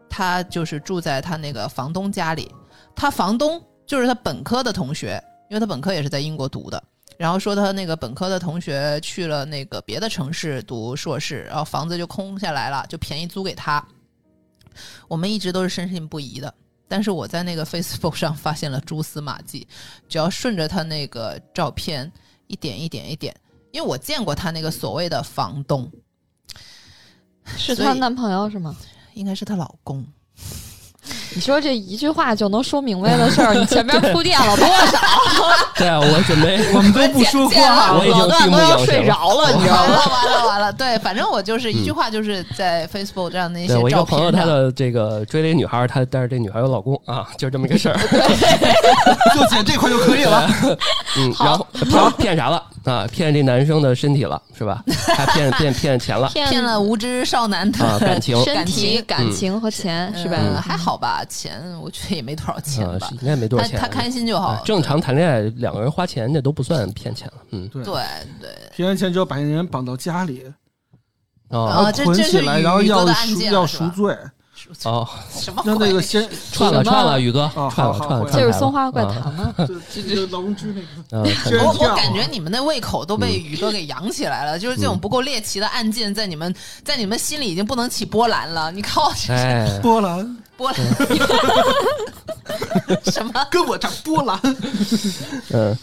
她就是住在她那个房东家里，她房东就是她本科的同学，因为她本科也是在英国读的。然后说她那个本科的同学去了那个别的城市读硕士，然后房子就空下来了，就便宜租给她。我们一直都是深信不疑的。但是我在那个 Facebook 上发现了蛛丝马迹，只要顺着他那个照片一点一点一点，因为我见过他那个所谓的房东，是所以她男朋友是吗？应该是她老 公。你说这一句话就能说明白的事儿，你前面铺垫了多少？对啊，我 准备我们都不说见话了我已经老段闭目都要养睡神着了，你知道完吗？了完了完了， 对，反正我就是一句话，就是在 Facebook 上那些嗯对我一个照朋友，片他上，的这个追了一女孩儿，他但是这女孩儿有老公啊，就这么一个事儿。就剪这块就可以了。 嗯，好然后骗骗啥了啊？骗这男生的身体了是吧？还 骗骗骗钱了骗骗了无知少男的、 啊？感 情身体、感感情和钱嗯是吧？还好吧，钱我觉得也没多少钱啊吧，，应该没多他少钱。他开心就好啊。正常谈恋爱，两个人花钱这都不算骗钱了。嗯对对对， 骗完钱之后把那人绑到家里，啊哦这捆这是起来，宇然后宇哥要的案赎件要了是赎吧罪，哦，什么让鬼那 个先串了什么串了，宇哥哦好串了好串了，好就串是台松了花怪啊谈嘛。就这个龙之那个啊嗯虽 然我这样我啊感觉你们的胃口都被宇哥给养起来了，就是这种不够猎奇的案件，在你们在你们心里已经不能起波澜了。你看我这哎，波兰波 澜什么？跟我这波兰，嗯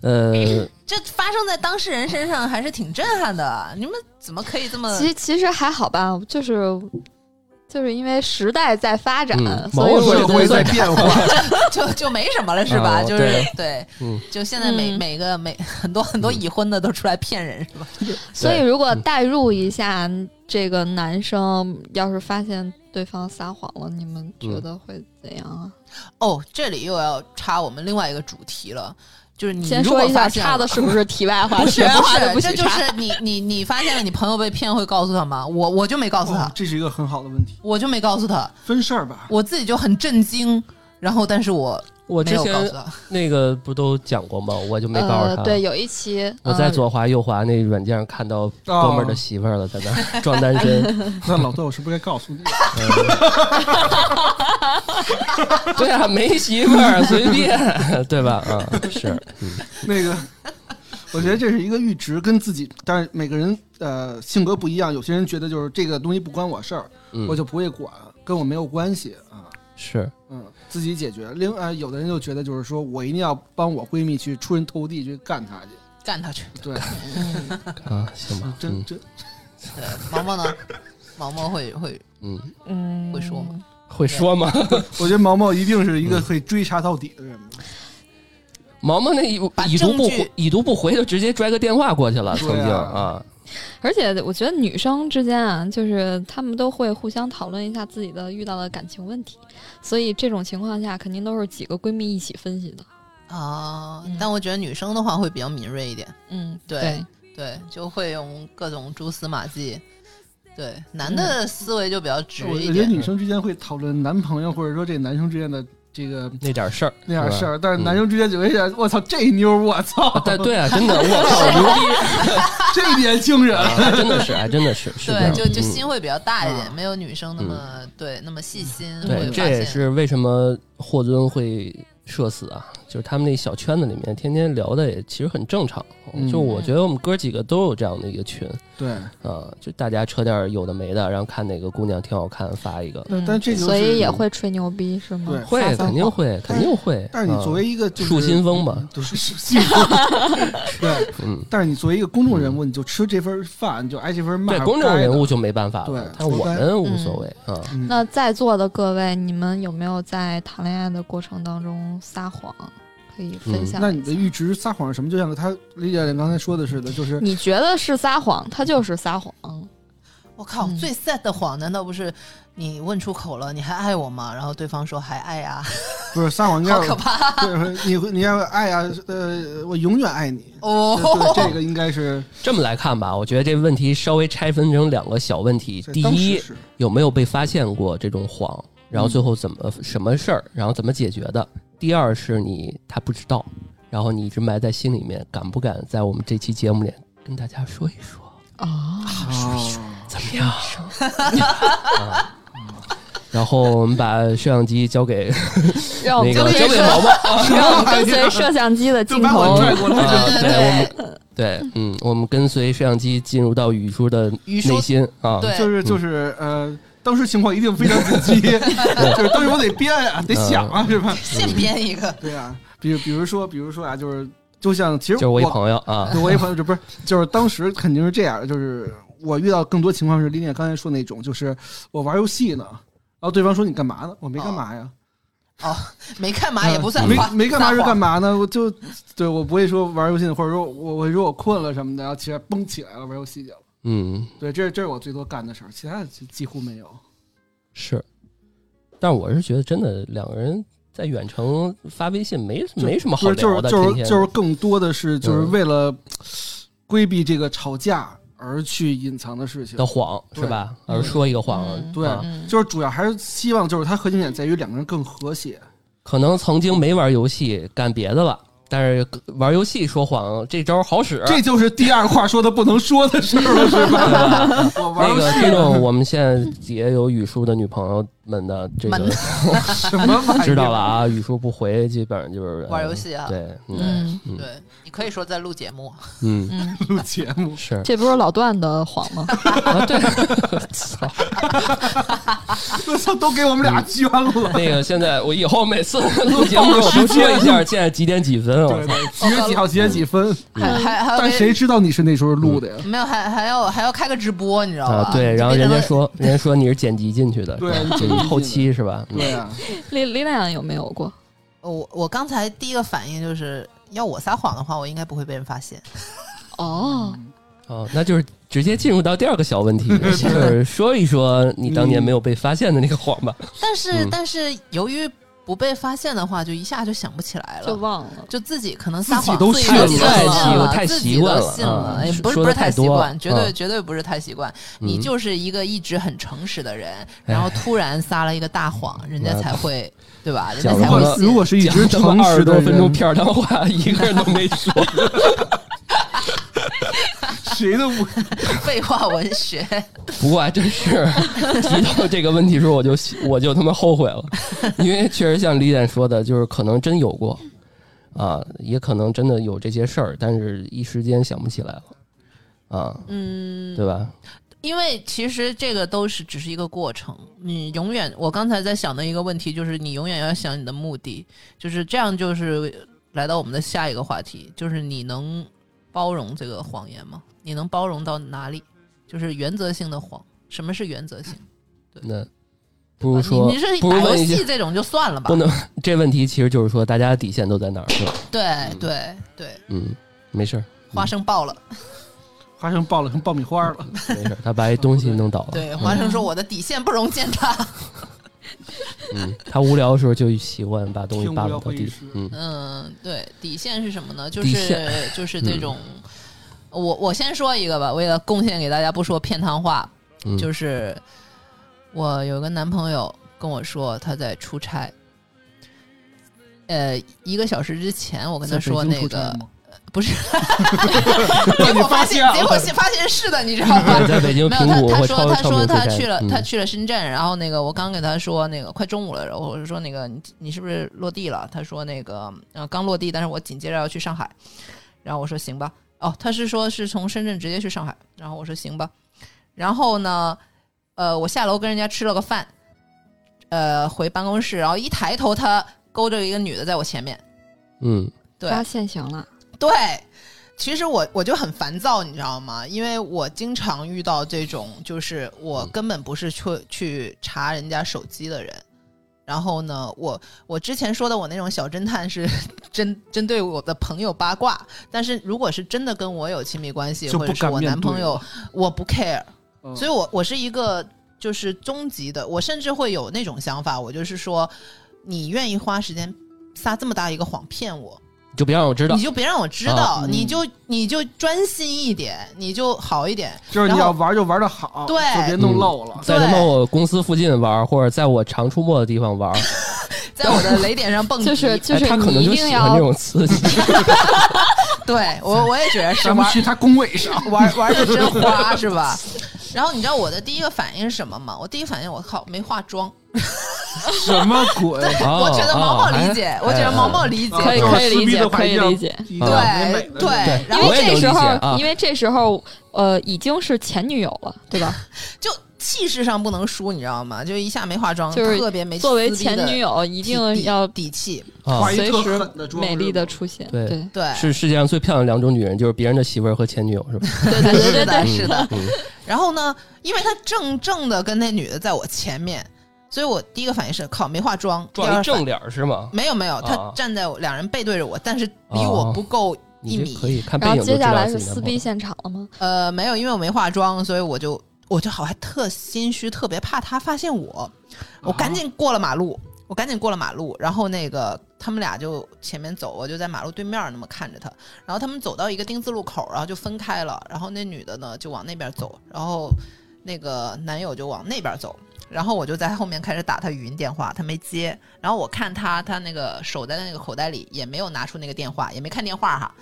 呃，这发生在当事人身上还是挺震撼的。你们怎么可以这么？其其实还好吧，就是就是因为时代在发展，嗯啊所以毛我社社会会在在变化，就就没什么了是吧？啊就是对对 嗯，就现在每嗯每个每很多很多已婚的都出来骗人是吧？所以如果代入一下这个男生，要是发现对方撒谎了，你们觉得会怎样啊？哦，这里又要插我们另外一个主题了，就是你先如果说一下发现插了的是不是题外话？不题是外话不不是，许这就插。是你你你发现了你朋友被骗会告诉他吗？我我就没告诉他，哦这是一个很好的问题，我就没告诉他，分事儿 吧。我自己就很震惊。然后，但是我我没之有告诉前他，那个不都讲过吗？我就没告诉他。呃，对，有一期我在啊呃左滑右滑那软件上看到哥们儿的媳妇儿了，在那儿装单身。 那老豆，我是不是该告诉你？ 对啊，没媳妇儿随便， 对吧？啊，是，那个，我觉得这是一个阈值，跟自己，但是每个人呃性格不一样，有些人觉得就是这个东西不关我事儿，嗯，我就不会管，跟我没有关系啊。是，嗯，自己解决。另外，有的人就觉得，就是说我一定要帮我闺蜜去出人头地去干她去。干他去。 对，啊，行吧，真嗯真 对，毛毛呢？毛毛会会嗯，嗯会说吗？会说吗？我觉得毛毛一定是一个可以追查到底的人。嗯毛毛那已把已读不证回据，已读不回就直接拽个电话过去了，曾对啊经啊，而且我觉得女生之间啊，就是她们都会互相讨论一下自己的遇到的感情问题，所以这种情况下肯定都是几个闺蜜一起分析的。啊嗯？但我觉得女生的话会比较敏锐一点，嗯，对对，对，就会用各种蛛丝马迹。对，男的思维就比较直我一我觉得嗯点。女生之间会讨论男朋友，或者说这男生之间的这个那点事儿，那样事儿。儿，但是男生之间就会想，我操，这妞儿，我操，但对啊，真的，我靠，牛逼 这年轻 人，啊！还真的是，还真的是，是这对，样就就嗯心会比较大一点，啊没有女生那么对那么细心。会对，发这也现是为什么霍尊会社死啊，就是他们那小圈子里面天天聊的也其实很正常。嗯就我觉得我们哥几个都有这样的一个群对，啊，就大家扯点儿有的没的，然后看哪个姑娘挺好看发一个，但但这就是嗯所以也会吹牛逼是吗哦对？会撒撒肯定谎。会肯定会。哦但是你啊作为一个就是树新风嘛，都是树新 风，对，嗯，但是你作为一个公众人物，你就吃这份饭，你就挨这份骂，对公众人物就没办法对了，但我们无所谓啊。嗯，那在座的各位，你们有没有在谈恋爱的过程当中撒谎？可以分享一下。那你的阈值撒谎是什么？就像他李教练刚才说的似的， 就是你觉得是撒谎，他就是撒谎。我靠，嗯最 sad 的谎，难道不是你问出口了，你还爱我吗？然后对方说还爱呀、啊不是撒谎应该好是可怕对，你会你要爱啊，呃，我永远 爱你。哦！对，对这个应该是这么来看吧，我觉得这问题稍微拆分成两个小问题。在第当时一，是有没有被发现过这种谎？然后最后怎么、什么事儿？然后怎么解决的？第二是你他不知道，然后你一直埋在心里面，敢不敢在我们这期节目里跟大家说一说？啊，啊，怎么样？啊然后我们把摄像机交给让我那们个跟交随给哦摄哦毛毛，啊让 我们跟随摄像机的就镜把头我，拽过来了。对我们对嗯，我们跟随摄像机进入到雨叔的雨叔内心啊，对就是就是呃，当时情况一定非常 紧急，就是当时我得编啊，得嗯想啊，是吧？现编一个，对啊，比如比如说比如说啊，就是就像其实就是我一朋友 啊，对我一朋友，这不是就是当时肯定是这样，就是我遇到更多情况是林姐刚才说那种，就是我玩游戏呢，然后对方说你干嘛呢？我没干嘛呀，没干嘛也不算嗯没谎没干嘛哦是嗯撒干谎嘛呢？我就对我不会说玩游戏，或者说我我会说我困了什么的，然后起来蹦起来了玩游戏去了。嗯对，这这是我最多干的事儿，其他的几几乎没有。是，但我是觉得真的两个人在远程发微信没就没什么好就是就聊是的，就天是天就是更多的是就是嗯为了规避这个吵架而去隐藏的事情的。谎是吧？而说一个谎，嗯对啊，嗯就是主要还是希望，就是它核心点在于两个人更和谐。可能曾经没玩游戏干别的了，但是玩游戏说谎这招好使，这就是第二话说的不能说的事儿了，是吧？我玩啊那游个戏听众，我们现在也有雨叔的女朋友们的这们个什么玩意儿知道了？啊，雨叔不回，基本上就是玩游。戏啊呃。对，嗯嗯嗯对，你可以说在录节目，嗯，嗯，录节目是这不是老段的谎 吗？啊，对，操我操，都给我们嗯俩捐了。那个现在我以后每 次录节目我都说一下现在几点几分，啊我对操，对，几月几号，几月几分？还还还要嗯但给谁知道你是那时候录的呀？没有还还要还要开个直播，你知道吧啊，？对，然后就变人成家说，人家说你是剪辑进去的，对是吧剪辑进去的后期是吧？嗯对啊，李李亮有没有过？我我刚才第一个反应就是要我撒谎的话，我应该不会被人发现。哦，哦，那就是直接进入到第二个小问题，就是说一说你当嗯年没有被发现的那个谎吧。但是、嗯但是由于不被发现的话，就一下就想不起来了，就就忘了。自己可能撒自己谎都自信了信太习了，太自己习惯都了信了嗯，也哎不是说不得是太太习多惯，绝对嗯绝对不是太习惯。嗯哎你就是一个一直很诚实的人，然后突然撒了一个大谎，人家那才会对吧？人家讲才如了会果信。如果是一直讲他诚妈二实十的多分钟人，片儿汤话，一个人都没 说。谁都不废话文学，不过还真是提到这个问题的时候，我就我就他妈后悔了，因为确实像李典说的，就是可能真有过啊，也可能真的有这些事儿，但是一时间想不起来了啊，嗯，对吧？因为其实这个都是只是一个过程，你永远，我刚才在想的一个问题就是，你永远要想你的目的，就是这样，就是来到我们的下一个话题，就是你能包容这个谎言吗？你能包容到哪里？就是原则性的谎，什么是原则性？那不如说你你是不打如游问一下戏，这种就算了吧不，能这问题其实就是说大家的底线都在哪 儿？是吧？对对对，嗯，没事儿，花生爆了，花生爆了成爆米花了。没事儿，他 把一东西弄倒了。对，花生说我的底线不容践踏，嗯，他无聊的时候就习惯把东西 听无扒拉聊到会议地室。嗯，嗯，对，底线是什么呢？就底是就是这种，我我先说一个吧，为了贡献给大家，不说片汤话，嗯就是我有个男朋友跟我说他在出差，呃，一个小时之前我跟他说那个不是， 结果发现结果发现是的，你知道吗 对，？在北京没有他，苹果他会说超他超说没他去了、嗯他去了深圳，然后那个我刚给他说那个快中午了，然后我就说那个你你是不是落地了？他说那个呃刚落地，但是我紧接着要去上海，然后我说行吧。哦，他是说是从深圳直接去上海，然后我说行吧。然后呢，呃，我下楼跟人家吃了个饭，呃，回办公室，然后一抬头他勾着一个女的在我前面，嗯对，发现行了，对，其实我我就很烦躁，你知道吗？因为我经常遇到这种，就是我嗯根本不是去去查人家手机的人。然后呢，我我之前说的我那种小侦探是 针针对我的朋友八卦，但是如果是真的跟我有亲密关系，就或不者是敢我面男朋对友，我不 care，嗯所以我我是一个就是终极的，我甚至会有那种想法，我就是说，你愿意花时间撒这么大一个谎骗我，就别让我知道你。就别让我知道，啊嗯你就你就专心一点，你就好一点。就是你然要后玩就玩的好，对嗯就别弄漏了。在他妈我公司附近玩，或者在我常出没的地方玩， 在我的雷点上蹦迪， 就是就是哎他可你能一就定喜欢这要种刺激。 对我我也觉得是咱们玩去他工位上玩玩的真花是吧？然后你知道我的第一个反应是什么吗？我第一反应我靠没化妆，什么鬼？啊哦我觉得毛毛理解，哦我觉得哎毛毛理解，可以就是可以理撕逼解的话可以一定要理解一定要美美对的对对，然因后我为也能这理时解候，啊因为这时候呃已经是前女友了，对吧？就气势上不能输，你知道吗？就一下没化妆，就是特别 没作为撕逼的前女友，一底定要底气，啊画一随特时狠的妆美丽的是吗出现。对对，对，哦是世界上最漂亮的两种女人，就是别人的媳妇儿和前女友， 是吧？对对对对对，嗯是的。嗯然后呢，因为他正正的跟那女的在我前面，所以我第一个反应是靠没化妆，第撞二一正反脸儿是吗？没有没有，他啊哦站在我两人背对着我，但是离我不够一你米这，可以看背然影后就知接下道来自是己男撕朋逼友。现场了吗？呃，没有，因为我没化妆，所以我就我就好还特心虚，特别怕他发现我，我赶紧过了马路，我赶紧过了马路，然后那个他们俩就前面走，我就在马路对面那么看着他，然后他们走到一个丁字路口，然后就分开了，然后那女的呢就往那边走，然后那个男友就往那边走。然后我就在后面开始打他语音电话，他没接。然后我看他，他那个手在那个口袋里，也没有拿出那个电话，也没看电话哈。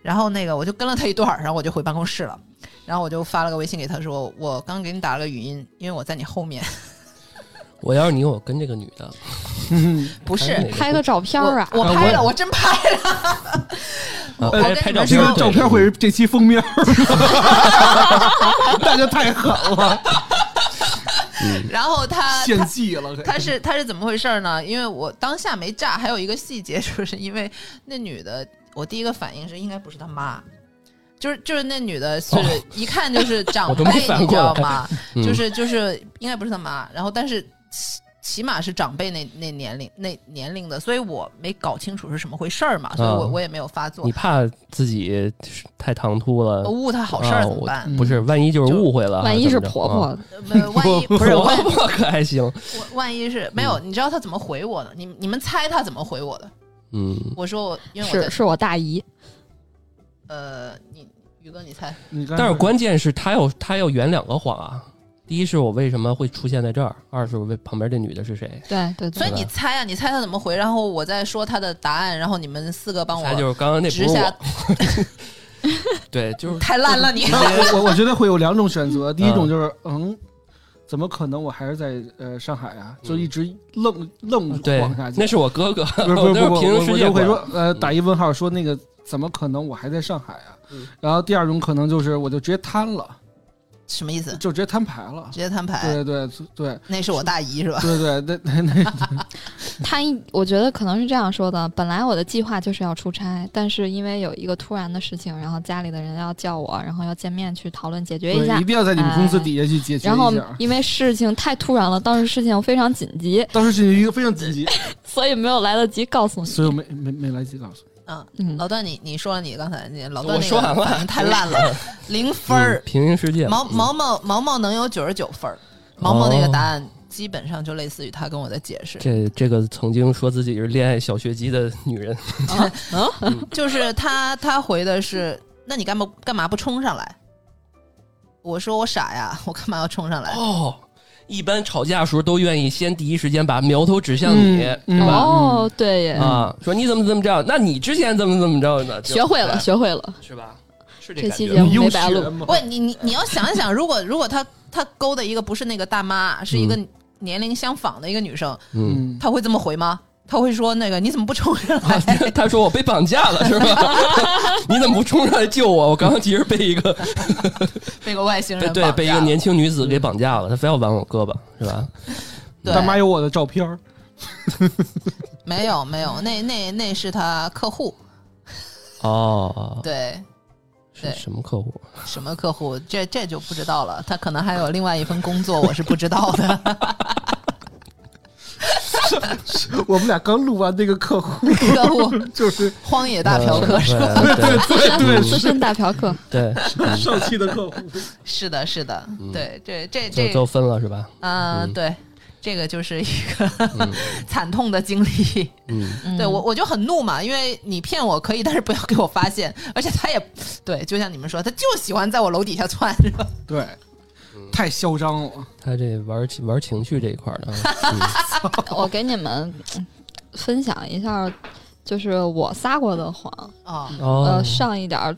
然后那个我就跟了他一段儿，然后我就回办公室了。然后我就发了个微信给他说，我刚给你打了个语音，因为我在你后面。我要是你，我跟这个女的嗯不是，拍个照片儿啊！我我啊拍哎我了，我真拍了。 我我啊跟拍拍你们照片这个儿说，照片会是这期封面儿， 那就太狠了，然后他献他祭了。呃他是他是怎么回事呢？因为我当下没炸，还有一个细节，就是因为那女的，我第一个反应是应该不是他妈。就是就是那女的是、哦一看就是长 我都辈，没反你知过道来吗？嗯就是就是应该不是他妈，然后但是起起码是长辈那那年龄那年龄的，所以我没搞清楚是什么回事儿嘛，所以我、啊我也没有发作你。怕自己太唐突了我，误他好事儿啊怎么办？ 不是？万一就是误会了，万一是婆还 婆，呃万 一怎么不着啊是啊婆万一婆可还行？我万一是没有，你知道他怎么回我的？你你们猜他怎么回我的？嗯，我说我因为我是在是我大姨，呃，你宇哥你猜，你刚才但是关键是他要他要圆两个谎啊。第一是我为什么会出现在这儿，二是我为旁边这女的是谁？对对所对以，你猜啊，你猜他怎么回，然后我再说他的答案，然后你们四个帮他就我是刚刚那不直是下我，，对，就是 太烂了你。我我我觉得会有两种选择，第一种就是嗯，怎么可能？我还是在呃上海啊，就一直愣愣嗯对晃下，去。那是我哥哥， 不是不是我 不那是，是我平行我世我界就会观说呃打一问号说那个怎么可能？我还在上海啊。然后第二种可能就是我就直接摊了，什么意思？就直接摊牌了直。接摊牌，对对对对那是我大姨是吧？对对，那那那她一我觉得可能是这样说的：本来我的计划就是要出差，但是因为有一个突然的事情，然后家里的人要叫我，然后要见面去讨论解决一对下嗯一。定要在你们公司底下去解决然后一下。因为事情太突然了，当时事情非常紧急，当时是一个非常紧急，所以没有来得及告诉所以你。我没没没来及告诉你。嗯，嗯，老段你你说了你刚才你老段我那说完个了反应太烂 了，零分嗯儿。平行世界。毛嗯毛毛毛毛能有九十九分儿，毛毛那个答哦案基本上就类似于他跟我的解释，这这个曾经说自己是恋爱小学鸡的女人，就是他他回的是，那你干嘛干嘛不冲上来？我说我傻呀，我干嘛要冲上来？哦，一般吵架时候都愿意先第一时间把苗头指向你，嗯是吧？哦，对耶，啊，说你怎么怎么着，那你之前怎么怎么着呢？就学会嗯了，哎学会了。是吧？是这感期觉节目吗没优白录学嘛不，你你你要想一想，如果如果他他勾的一个不是那个大妈，是一个年龄相仿的一个女生，嗯， 嗯，他会这么回吗？他会说那个你怎么不冲上啊来？他他说我被绑架了是吧？ 你怎么不冲上来救我？我刚刚其实被一 个 被个外星被人对被一个绑架了年轻女子给绑架了，他非要挽我胳膊是吧？对大妈有我的照片儿，没有没有，那那那是他客户，哦，对是对什么客户？什么客户，这这就不知道了。他可能还有另外一份工作，我是不知道的。 我们俩刚录完那个客户，客户， 就是荒野大嫖客是吧？呃对资深对资深大 嫖客， 对上期的客户。是的，是的，对，这这对，就这就，分了是吧？嗯，嗯对，这个就是一个嗯 惨痛的经历。嗯，嗯对我我就很怒嘛，因为你骗我可以，但是不要给我发现。而且他也对，就像你们说，他就喜欢在我楼底下窜，是吧？对，太嚣张了。他这玩情玩情趣这一块儿 的啊，嗯我给你们嗯分享一下，就是我撒过的谎，哦，哦呃，，上一点儿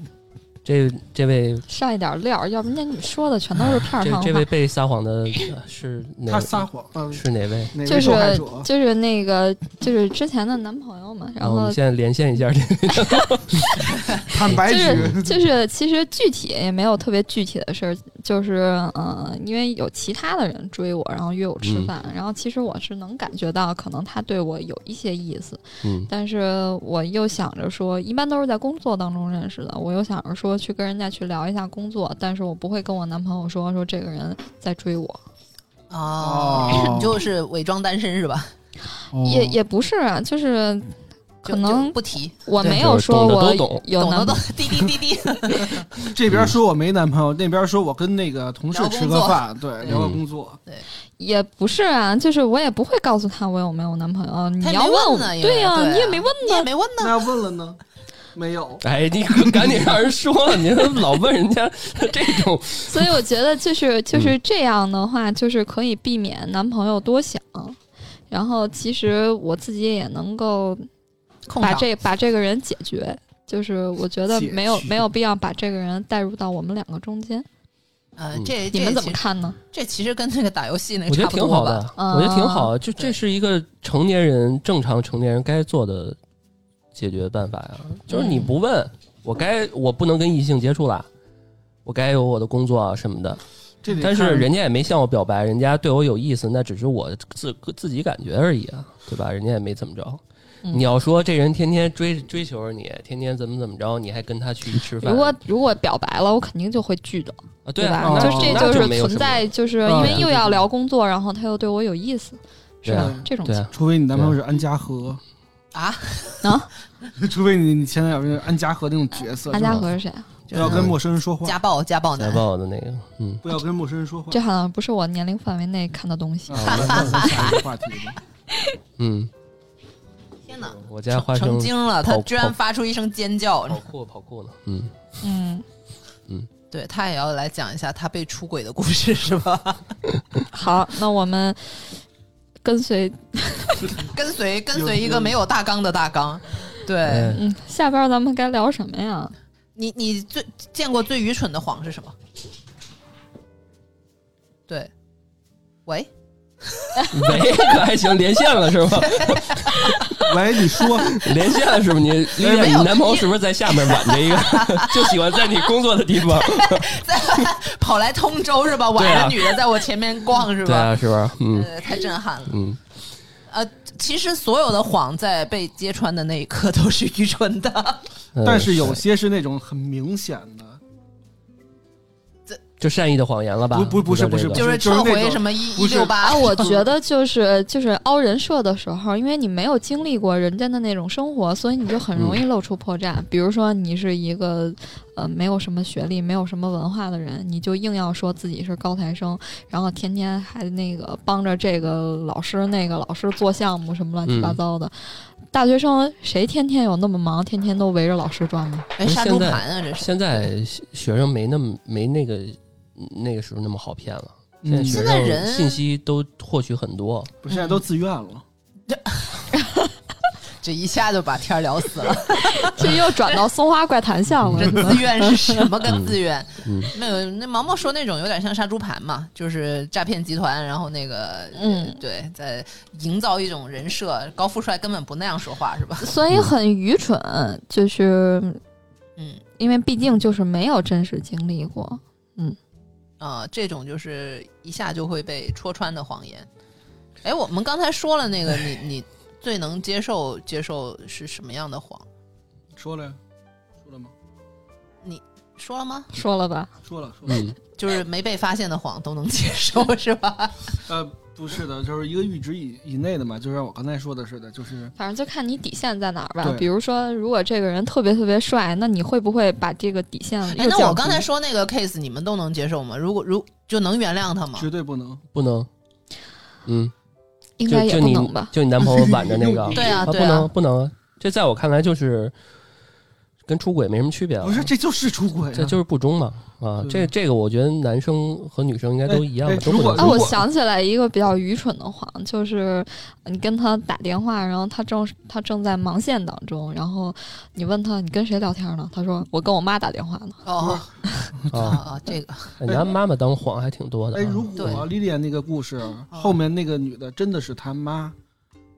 这这位上一点儿料儿，要不然你们说的全都啊是片儿这上这话位。被撒谎的呃是哪？他撒谎，嗯，是哪位？哪就位是受害者？就是那个就是之前的男朋友嘛，然我后们现在连线一下这个，坦白就局是就是，其实具体也没有特别具体的事儿，就是呃，因为有其他的人追我，然后约我吃嗯饭，然后其实我是能感觉到，可能他对我有一些意思，嗯但是我又想着说，一般都是在工作当中认识的，我又想着说去跟人家去聊一下工作，但是我不会跟我男朋友说说这个人在追我，哦， 你就是伪装单身是吧？哦也也不是啊，就是就可能就不提，我对没有就是说懂得我都懂有懂男的朋都滴滴滴 滴。这嗯边说我没男朋友，那边说我跟那个同事聊工吃个作饭，对，聊个嗯工作。也不是啊，就是我也不会告诉他我有没有男朋友。你他也要没问问我，呢因为对呀、对啊你也没问你也呢。没问呢，那问了呢？没有，哎，你可赶紧让人说了，你这老问人家这种，所以我觉 得就是就是这样的话，就是可以避免男朋友多想。然后其实我自己也能够控把场这把这个人解决，就是我觉得解没有决没有必要把这个人带入到我们两个中间。呃，嗯这这你们怎其么实看呢？这其实跟那个打游戏那我个觉差得不挺多好吧。嗯的，我觉得挺好，就对这是一个成年人正常成年人该做的解决办法呀，就是嗯你不问我该我不能跟异性接触了。我该有我的工作啊什么的，这得但是看人家也没向我表白，人家对我有意思，那只是我自自己感觉而已啊，对吧？人家也没怎么着。嗯你要说这人天天追追求着你，天天怎么怎么着，你还跟他去吃饭？如果如果表白了，我肯定就会拒的，啊，对啊对吧？啊，那就哦是那这就是没有存什么在，就是嗯因为又要聊工作，然后他又对我有意思，是对啊吧？这种对情啊，除非你男朋友是安家和 啊，啊，除非你你前男友是安家和那种角色，大是家吧和是谁啊？就不要是跟陌生人说话，家暴家暴家男，暴的那个，嗯，不要跟陌生人说话。这好像不是我年龄范围内看的东西啊，。我们换下一个话题吧。嗯，天哪，我家花成生精了，他跑居然跑发出一声尖叫。跑酷跑酷呢，嗯，嗯，对他也要来讲一下他被出轨的故事是吧？嗯好，那我们跟随跟随跟随有一个有没有大纲的大纲，对哎 嗯下边儿咱们该聊什么呀？你你最见过最愚蠢的谎是什么？对，喂， 喂，可还行，连线了是吗？喂，你 说，连线了是不是？你丽没丽，有你男朋友是不是在下面挽着一个， 就喜欢在你工作的地方？跑来通州是吧？对挽啊着女的在我前面逛是对吧？啊，是吧？嗯呃，太震撼了。嗯，呃，其实所有的谎在被揭穿的那一刻都是愚蠢的。呃但是有些是那种很明显的，就善意的谎言了吧？不不不是就这个不就是是就撤是那回种什么一一不是六八啊，，我觉得就是就是凹人设的时候，因为你没有经历过人家的那种生活，所以你就很容易露出破绽。比如说你是一个呃没有什么学历、没有什么文化的人，你就硬要说自己是高材生，然后天天还那个帮着这个老师、那个老师做项目什么乱七八糟的。大学生谁天天有那么忙，天天都围着老师转吗？哎，杀猪现在盘啊，这是。现在学生没那么没那个那个时候那么好骗了。现在嗯学现在生人信息都获取很多，不是现在都自愿了。这一下就把天儿聊死了。这又转到松花怪谈项了。这自愿是什么个自愿？嗯没有，那毛毛说那种有点像杀猪盘嘛，就是诈骗集团，然后那个嗯对，在营造一种人设。高富帅根本不那样说话，是吧？所以很愚蠢，就是嗯，因为毕竟就是没有真实经历过。啊，这种就是一下就会被戳穿的谎言。哎，我们刚才说了那个，你 你最能接受接受是什么样的谎？说了呀，说了吗？说了吗？说了吧，说了，说了。嗯，就是没被发现的谎都能接受，是吧？呃，不是的，就是一个阈值以以内的嘛，就像我刚才说的似的，就是反正就看你底线在哪儿吧对。比如说，如果这个人特别特别帅，那你会不会把这个底线又哎，那降我低刚才说那个 case，你们都能接受吗？如果如就能原谅他吗？绝对不能。，不能，嗯，应就该也就不你能吧？就你男朋友挽着那个 对啊，不对啊能，不能，这在我看来就是跟出轨没什么区别了。不是，这就是出轨、啊，这就是不忠嘛啊！这对这个我觉得男生和女生应该都一样哎吧，哎都不如果能说。啊，我如果想起来一个比较愚蠢的谎，就是你跟他打电话，然后他正他正在忙线当中，然后你问他你跟谁聊天呢？他说我跟我妈打电话呢。哦啊啊，啊，这个哎拿妈妈当谎还挺多的啊。哎，如果对哦莉莉安那个故事后面那个女的真的是他妈，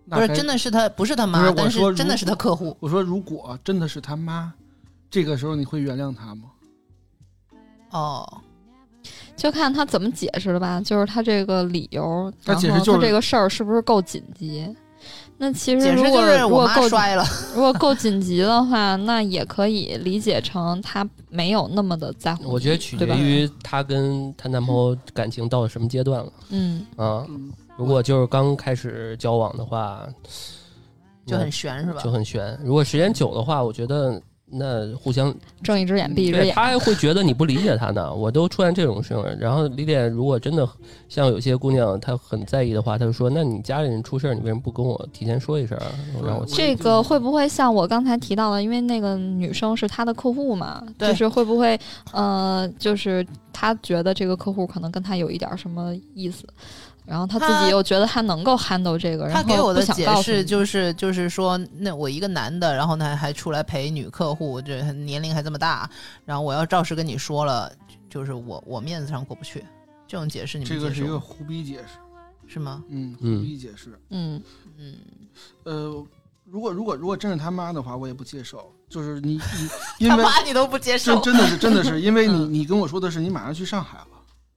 那不是该真。的是他，不是他不是妈，我但说是真的如是他客户。我说如果真的是他妈，这个时候你会原谅他吗？哦，就看他怎么解释了吧，就是他这个理由，他然解释后就是这个事儿是不是够紧急？那其实解释如就果是如我果妈够摔了， 如果够紧急的话，那也可以理解成他没有那么的在乎你。我觉得取决对吧于她跟她男朋友感情到了什么阶段了嗯，啊。嗯，如果就是刚开始交往的话，就那很悬是吧就？很悬。如果时间久的话，我觉得那互相睁一只眼闭一只对眼他。还会觉得你不理解他呢。我都出现这种事情了，然后李典如果真的像有些姑娘她很在意的话，她就说：“那你家里人出事儿，你为什么不跟我提前说一声儿，让我对这个会不会像我刚才提到的，因为那个女生是他的客户嘛，对就是会不会呃，就是他觉得这个客户可能跟他有一点什么意思，然后他自他己又觉得他能够 handle 这个，他给我的解然后不想告诉释你就是，就是说，那我一个男的，然后呢还出来陪女客户，这年龄还这么大，然后我要照实跟你说了，就是我我面子上过不去，这种解释你这们个接是一个受胡逼解释，是吗？嗯，嗯胡逼解释。嗯，嗯，呃，如果如果如果真是他妈的话，我也不接受。就是 你你因他为妈你都不接真受，真的是真 的是因为你嗯你跟我说的是你马上去上海了，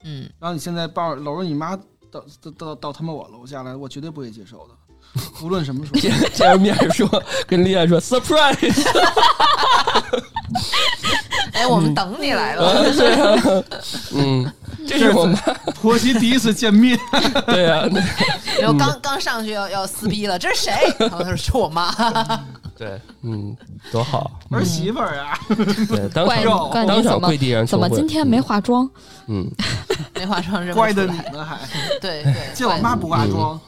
嗯，然后你现在抱着搂着你妈到到到到他妈我楼下来，我绝对不会接受的，无论什么时 候。见见着面儿说跟李典 说 surprise？” 哎，我们等你来 了，嗯，这是我妈婆媳第一次见面，对啊，然后刚刚上去要要撕逼了，这是谁？然后他说是我妈，对，嗯，多好， 嗯儿媳妇儿啊，对，当怪场肉嗯你怪当场你怎么跪地上求怎婚么今天没化妆？嗯，没化妆认不嗯乖出的你来，呢还，对 对，见我妈不嗯化妆，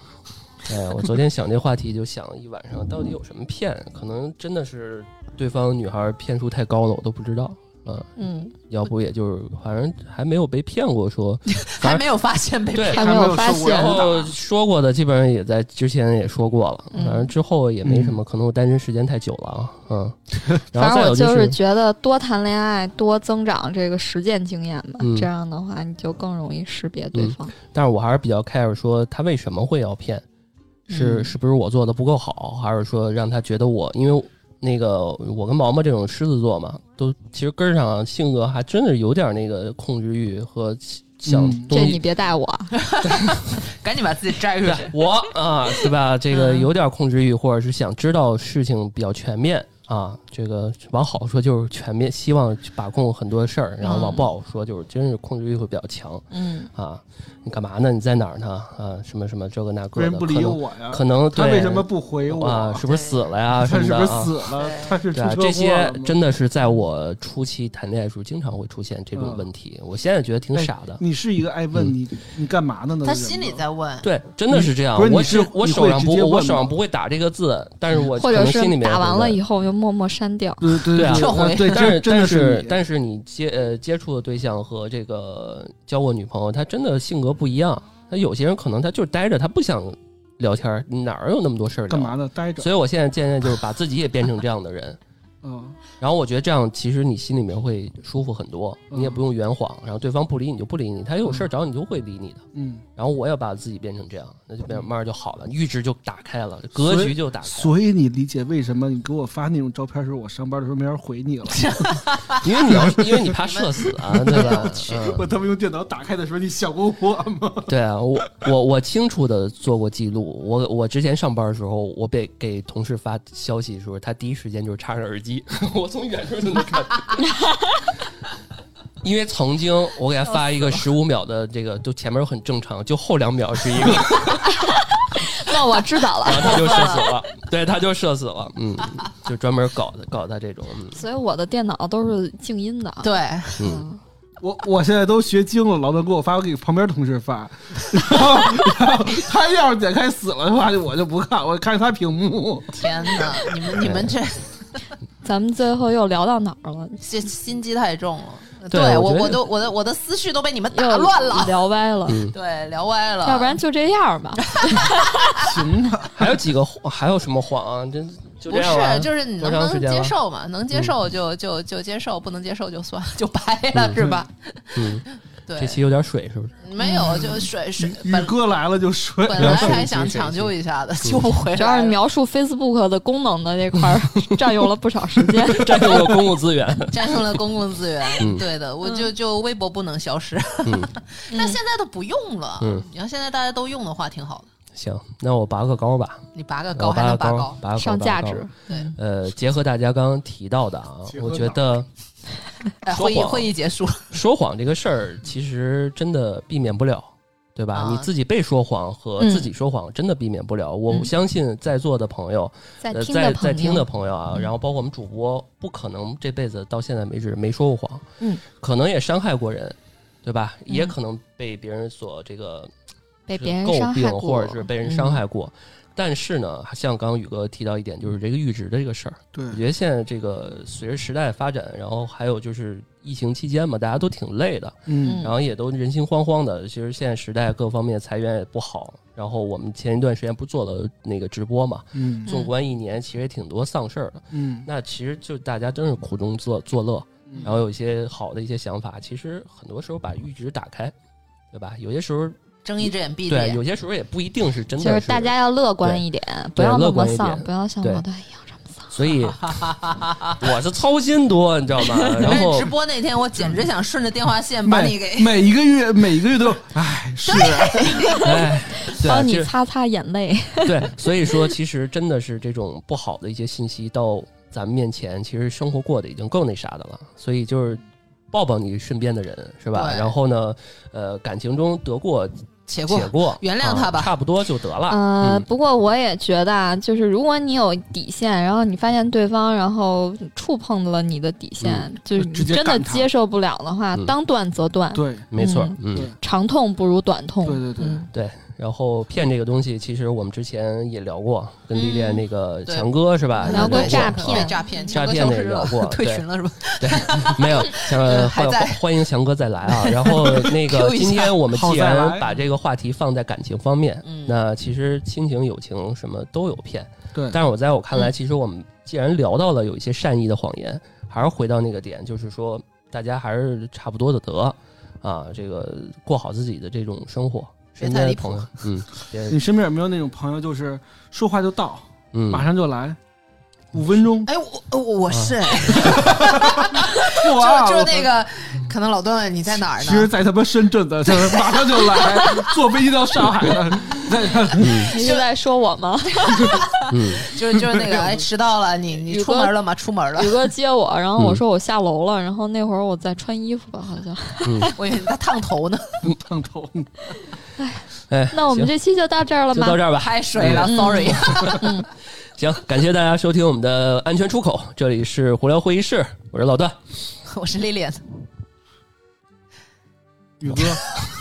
哎呀，我昨天想这话题就想了一晚上，到底有什么骗？可能真的是对方女孩骗术太高了，我都不知道。嗯，嗯，要不也就是反正还没有被骗过 说，还没有发现被对骗，还没没有有发受过现然后哦说过的基本上也在之前也说过了，嗯反正之后也没什么，可能我单身时间太久了啊， 嗯，然反后正再我有就是是觉得多谈恋爱，多增长这个实践经验吧，嗯这样的话你就更容易识别对嗯方。但是我还是比较 care 说他为什么会要骗，是嗯是不是我做的不够好，还是说让他觉得我因为那个我跟毛毛这种狮子座嘛，都其实根儿上性格还真的有点那个控制欲和想嗯东这你西。别带我啊，赶紧把自己摘出去，我啊，对吧？这个嗯有点控制欲，或者是想知道事情比较全面啊。这个往好说就是全面，希望去把控很多事儿；然后往嗯不好说就是真是控制欲会比较强嗯，啊。你干嘛呢？你在哪儿呢？啊，什么什么这个那为个的，什么不可理能我呀？可能他对为什么不回我？啊，是不是死了呀？什他么是的不是啊死了？对他是出对车啊，祸这些了吗真的是在我初期谈恋爱时候经常会出现这种嗯问题。我现在觉得挺傻的，你是一个爱嗯问你你干嘛的呢？他心里在问，对，真的是这样。不是你我是只我你手会上直不接我问手上吗不会打这个字，但是我 或可者能是心里面打会完了问以后就默默删掉。对对对啊撤回对，但是但真真的是是你但是你接呃接触的对象和这个交过女朋友，她真的性格不一样。她有些人可能她就是待着，她不想聊天儿，哪儿有那么多事儿聊干嘛呢？待着，所以我现在渐渐就是把自己也变成这样的人。嗯，然后我觉得这样，其实你心里面会舒服很多，嗯你也不用圆谎，然后对方不理你就不理你，他有事儿找你就会理你的。嗯，然后我也把自己变成这样，那就变慢慢就好了，阈值就打开了，格局就打开了。所以你理解为什么你给我发那种照片的时候，我上班的时候没人回你了？因为你要，因为你怕社死啊，对 吧？ 嗯，他妈用电脑打开的时候，你想过我吗？对啊，我我我清楚的做过记录，我我之前上班的时候，我被给同事发消息的时候，他第一时间就是插上耳机， 我从远处就能看。因为曾经我给他发一个十五秒的这个，就前面很正常，就后两秒是一个 那我知道了。然后他就射死了，对，他就射死了，嗯，就专门搞的搞他这种，嗯所以我的电脑都是静音的啊。对，嗯， 我我现在都学精了，老段给我发，我给旁边同事发， 然后然后他要是点开死了的话，我就不看，我看他屏幕。天哪，你们你们这咱们最后又聊到哪儿了？这心机太重了。对我我觉得我都我的我的思绪都被你们打又乱了，聊歪了。嗯，对，聊歪了。要不然就这样 吧，行吧，还有几个还有什么谎啊？真就这不样吧是，就是你能多不长时能间了嗯接受嘛？能接受就就就接受，不能接受就算了，就掰了是吧？嗯，这对，期有嗯点水是不是？没有就水水宇本哥来了就睡。本来水还水想水嗯抢水救一下的，救不回主要来是了，描述 Facebook 的功能的这块 儿占用了不少时 间。占用了公共资源， 占用了公共资源。嗯对的，我就就微博不能消失，嗯但现在都不用了嗯。你要现在大家都用的话，挺好的。行，那我拔个高吧，你拔个我高还拔能个拔高，高，拔个高上价值。对，呃，结合大家刚刚提到的啊结，合我到觉得哎，说会议谎会议结束，说谎这个事儿，其实真的避免不了，对吧？啊你自己被说谎和自己说谎，真的避免不了。我嗯相信在座的朋友，在呃，听的在朋在听的友，朋友啊，嗯然后包括我们主播，不可能这辈子到现在为止没说过谎，嗯，可能也伤害过人，对吧？嗯也可能被别人所这个被是别人伤诟病害过，嗯或者是被人伤害过。但是呢，像刚刚宇哥提到一点，就是这个阈值的这个事儿，对我觉得现在这个随着时代发展，然后还有就是疫情期间嘛，大家都挺累的，嗯嗯然后也都人心惶惶的。其实现在时代各方面裁员也不好，然后我们前一段时间不做了那个直播嘛，嗯纵观一年，其实也挺多丧事儿的。嗯，那其实就大家真是苦中作作乐，嗯然后有一些好的一些想法，其实很多时候把阈值打开，对吧？有些时候睁一只眼闭一只对，眼。有些时候也不一定是真的就是大家要乐观一点，不要那乐观么一丧点，不要像对老段一样这么丧。所以我是操心多，你知道吗？然但是后直播那天，我简直想顺着电话线把你每给每一个月每一个月都， 哎，是哎，对啊，帮其你实擦擦眼泪， 对，所以说其实真的是这种不好的一些信息到咱们面前，其实生活过得已经够那啥的了，所以就是抱抱你身边的人是吧？对然后呢，呃，感情中得过且过且过，原谅他吧啊差不多就得了。呃，嗯不过我也觉得啊，就是如果你有底线，然后你发现对方然后触碰了你的底线，就是你直接真的干他接受不了的话，嗯当断则断，对没错嗯，嗯对长痛不如短痛。对对对嗯然后骗这个东西，其实我们之前也聊过，跟历练那个嗯对嗯强哥是吧？聊过诈骗对诈骗，嗯诈强哥消骗那失个了聊过，退对群了是吧？没有，强嗯还欢在欢迎强哥再来啊！然后那个 Q 一下今天我们既好再来然把这个话题放在感情方面，嗯那其实亲情、友情什么都有骗，对，但是我在我看来，嗯其实我们既然聊到了有一些善意的谎言，还是回到那个点，就是说大家还是差不多的得啊，这个过好自己的这种生活。别身太边离的谱朋友，嗯，别 你身边有没有那种朋友，就是说话就到，嗯，马上就来，五分钟，哎，我我我是哎，哇，就就是那个，可能老段你在哪儿其实，呢？在他妈深 圳的，就是马上就来，坐飞机到上海了。你是在说我吗？ 嗯，就是就是那个，哎，迟到了，你你宇出哥门了吗？出门了宇，哥接我，然后我嗯说我下楼了，然后那会儿我在穿衣服吧，好 像。我以为你在烫头呢，烫头，哎，那我们行这期就到这儿了就吗？到这儿吧， 拍水了嗯，sorry。行，感谢大家收听我们的安全出口，这里是胡聊会议室，我是老 段， 我是 Lilian，宇哥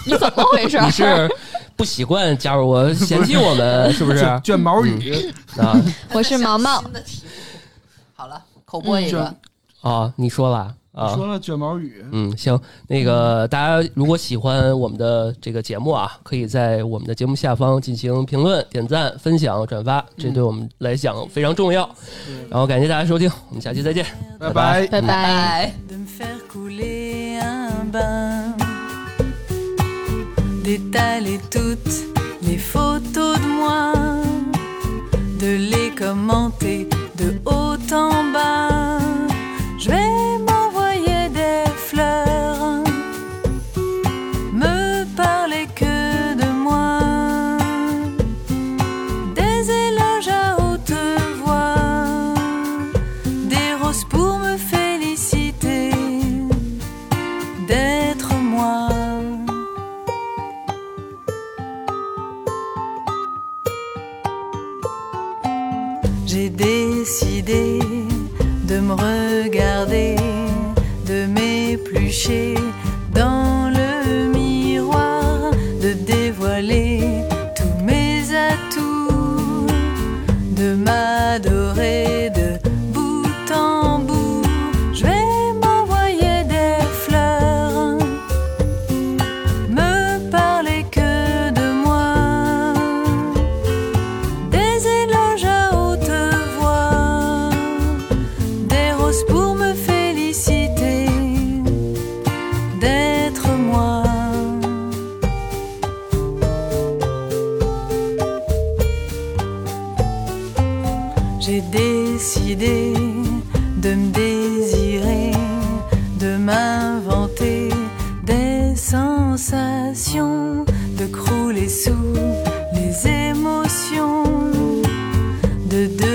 你怎么 回事？你是不习惯加入我，嫌弃我们是不是 啊卷？卷毛雨，我是毛毛新的题目好了，口播一个嗯，啊，你说了你啊说。了卷毛雨，嗯，行，那个大家如果喜欢我们的这个节目啊，可以在我们的节目下方进行评论、点赞、分享、转发，这对嗯我们来讲非常重要。然后感谢大家收听，我们下期再见，拜拜。嗯拜拜。拜。 de me faire couler un bain, d'étaler toutes les photos de moi, de les commenter de haut en bas. Je vais m'envoyer des fleurs, me parler que de moi, des éloges à haute voix des roses pour me féliciter d'être moi. J'ai décidé de me regarder, de m'éplucher J'ai décidé de me désirer, de m'inventer des sensations, de crouler sous les émotions, de devenir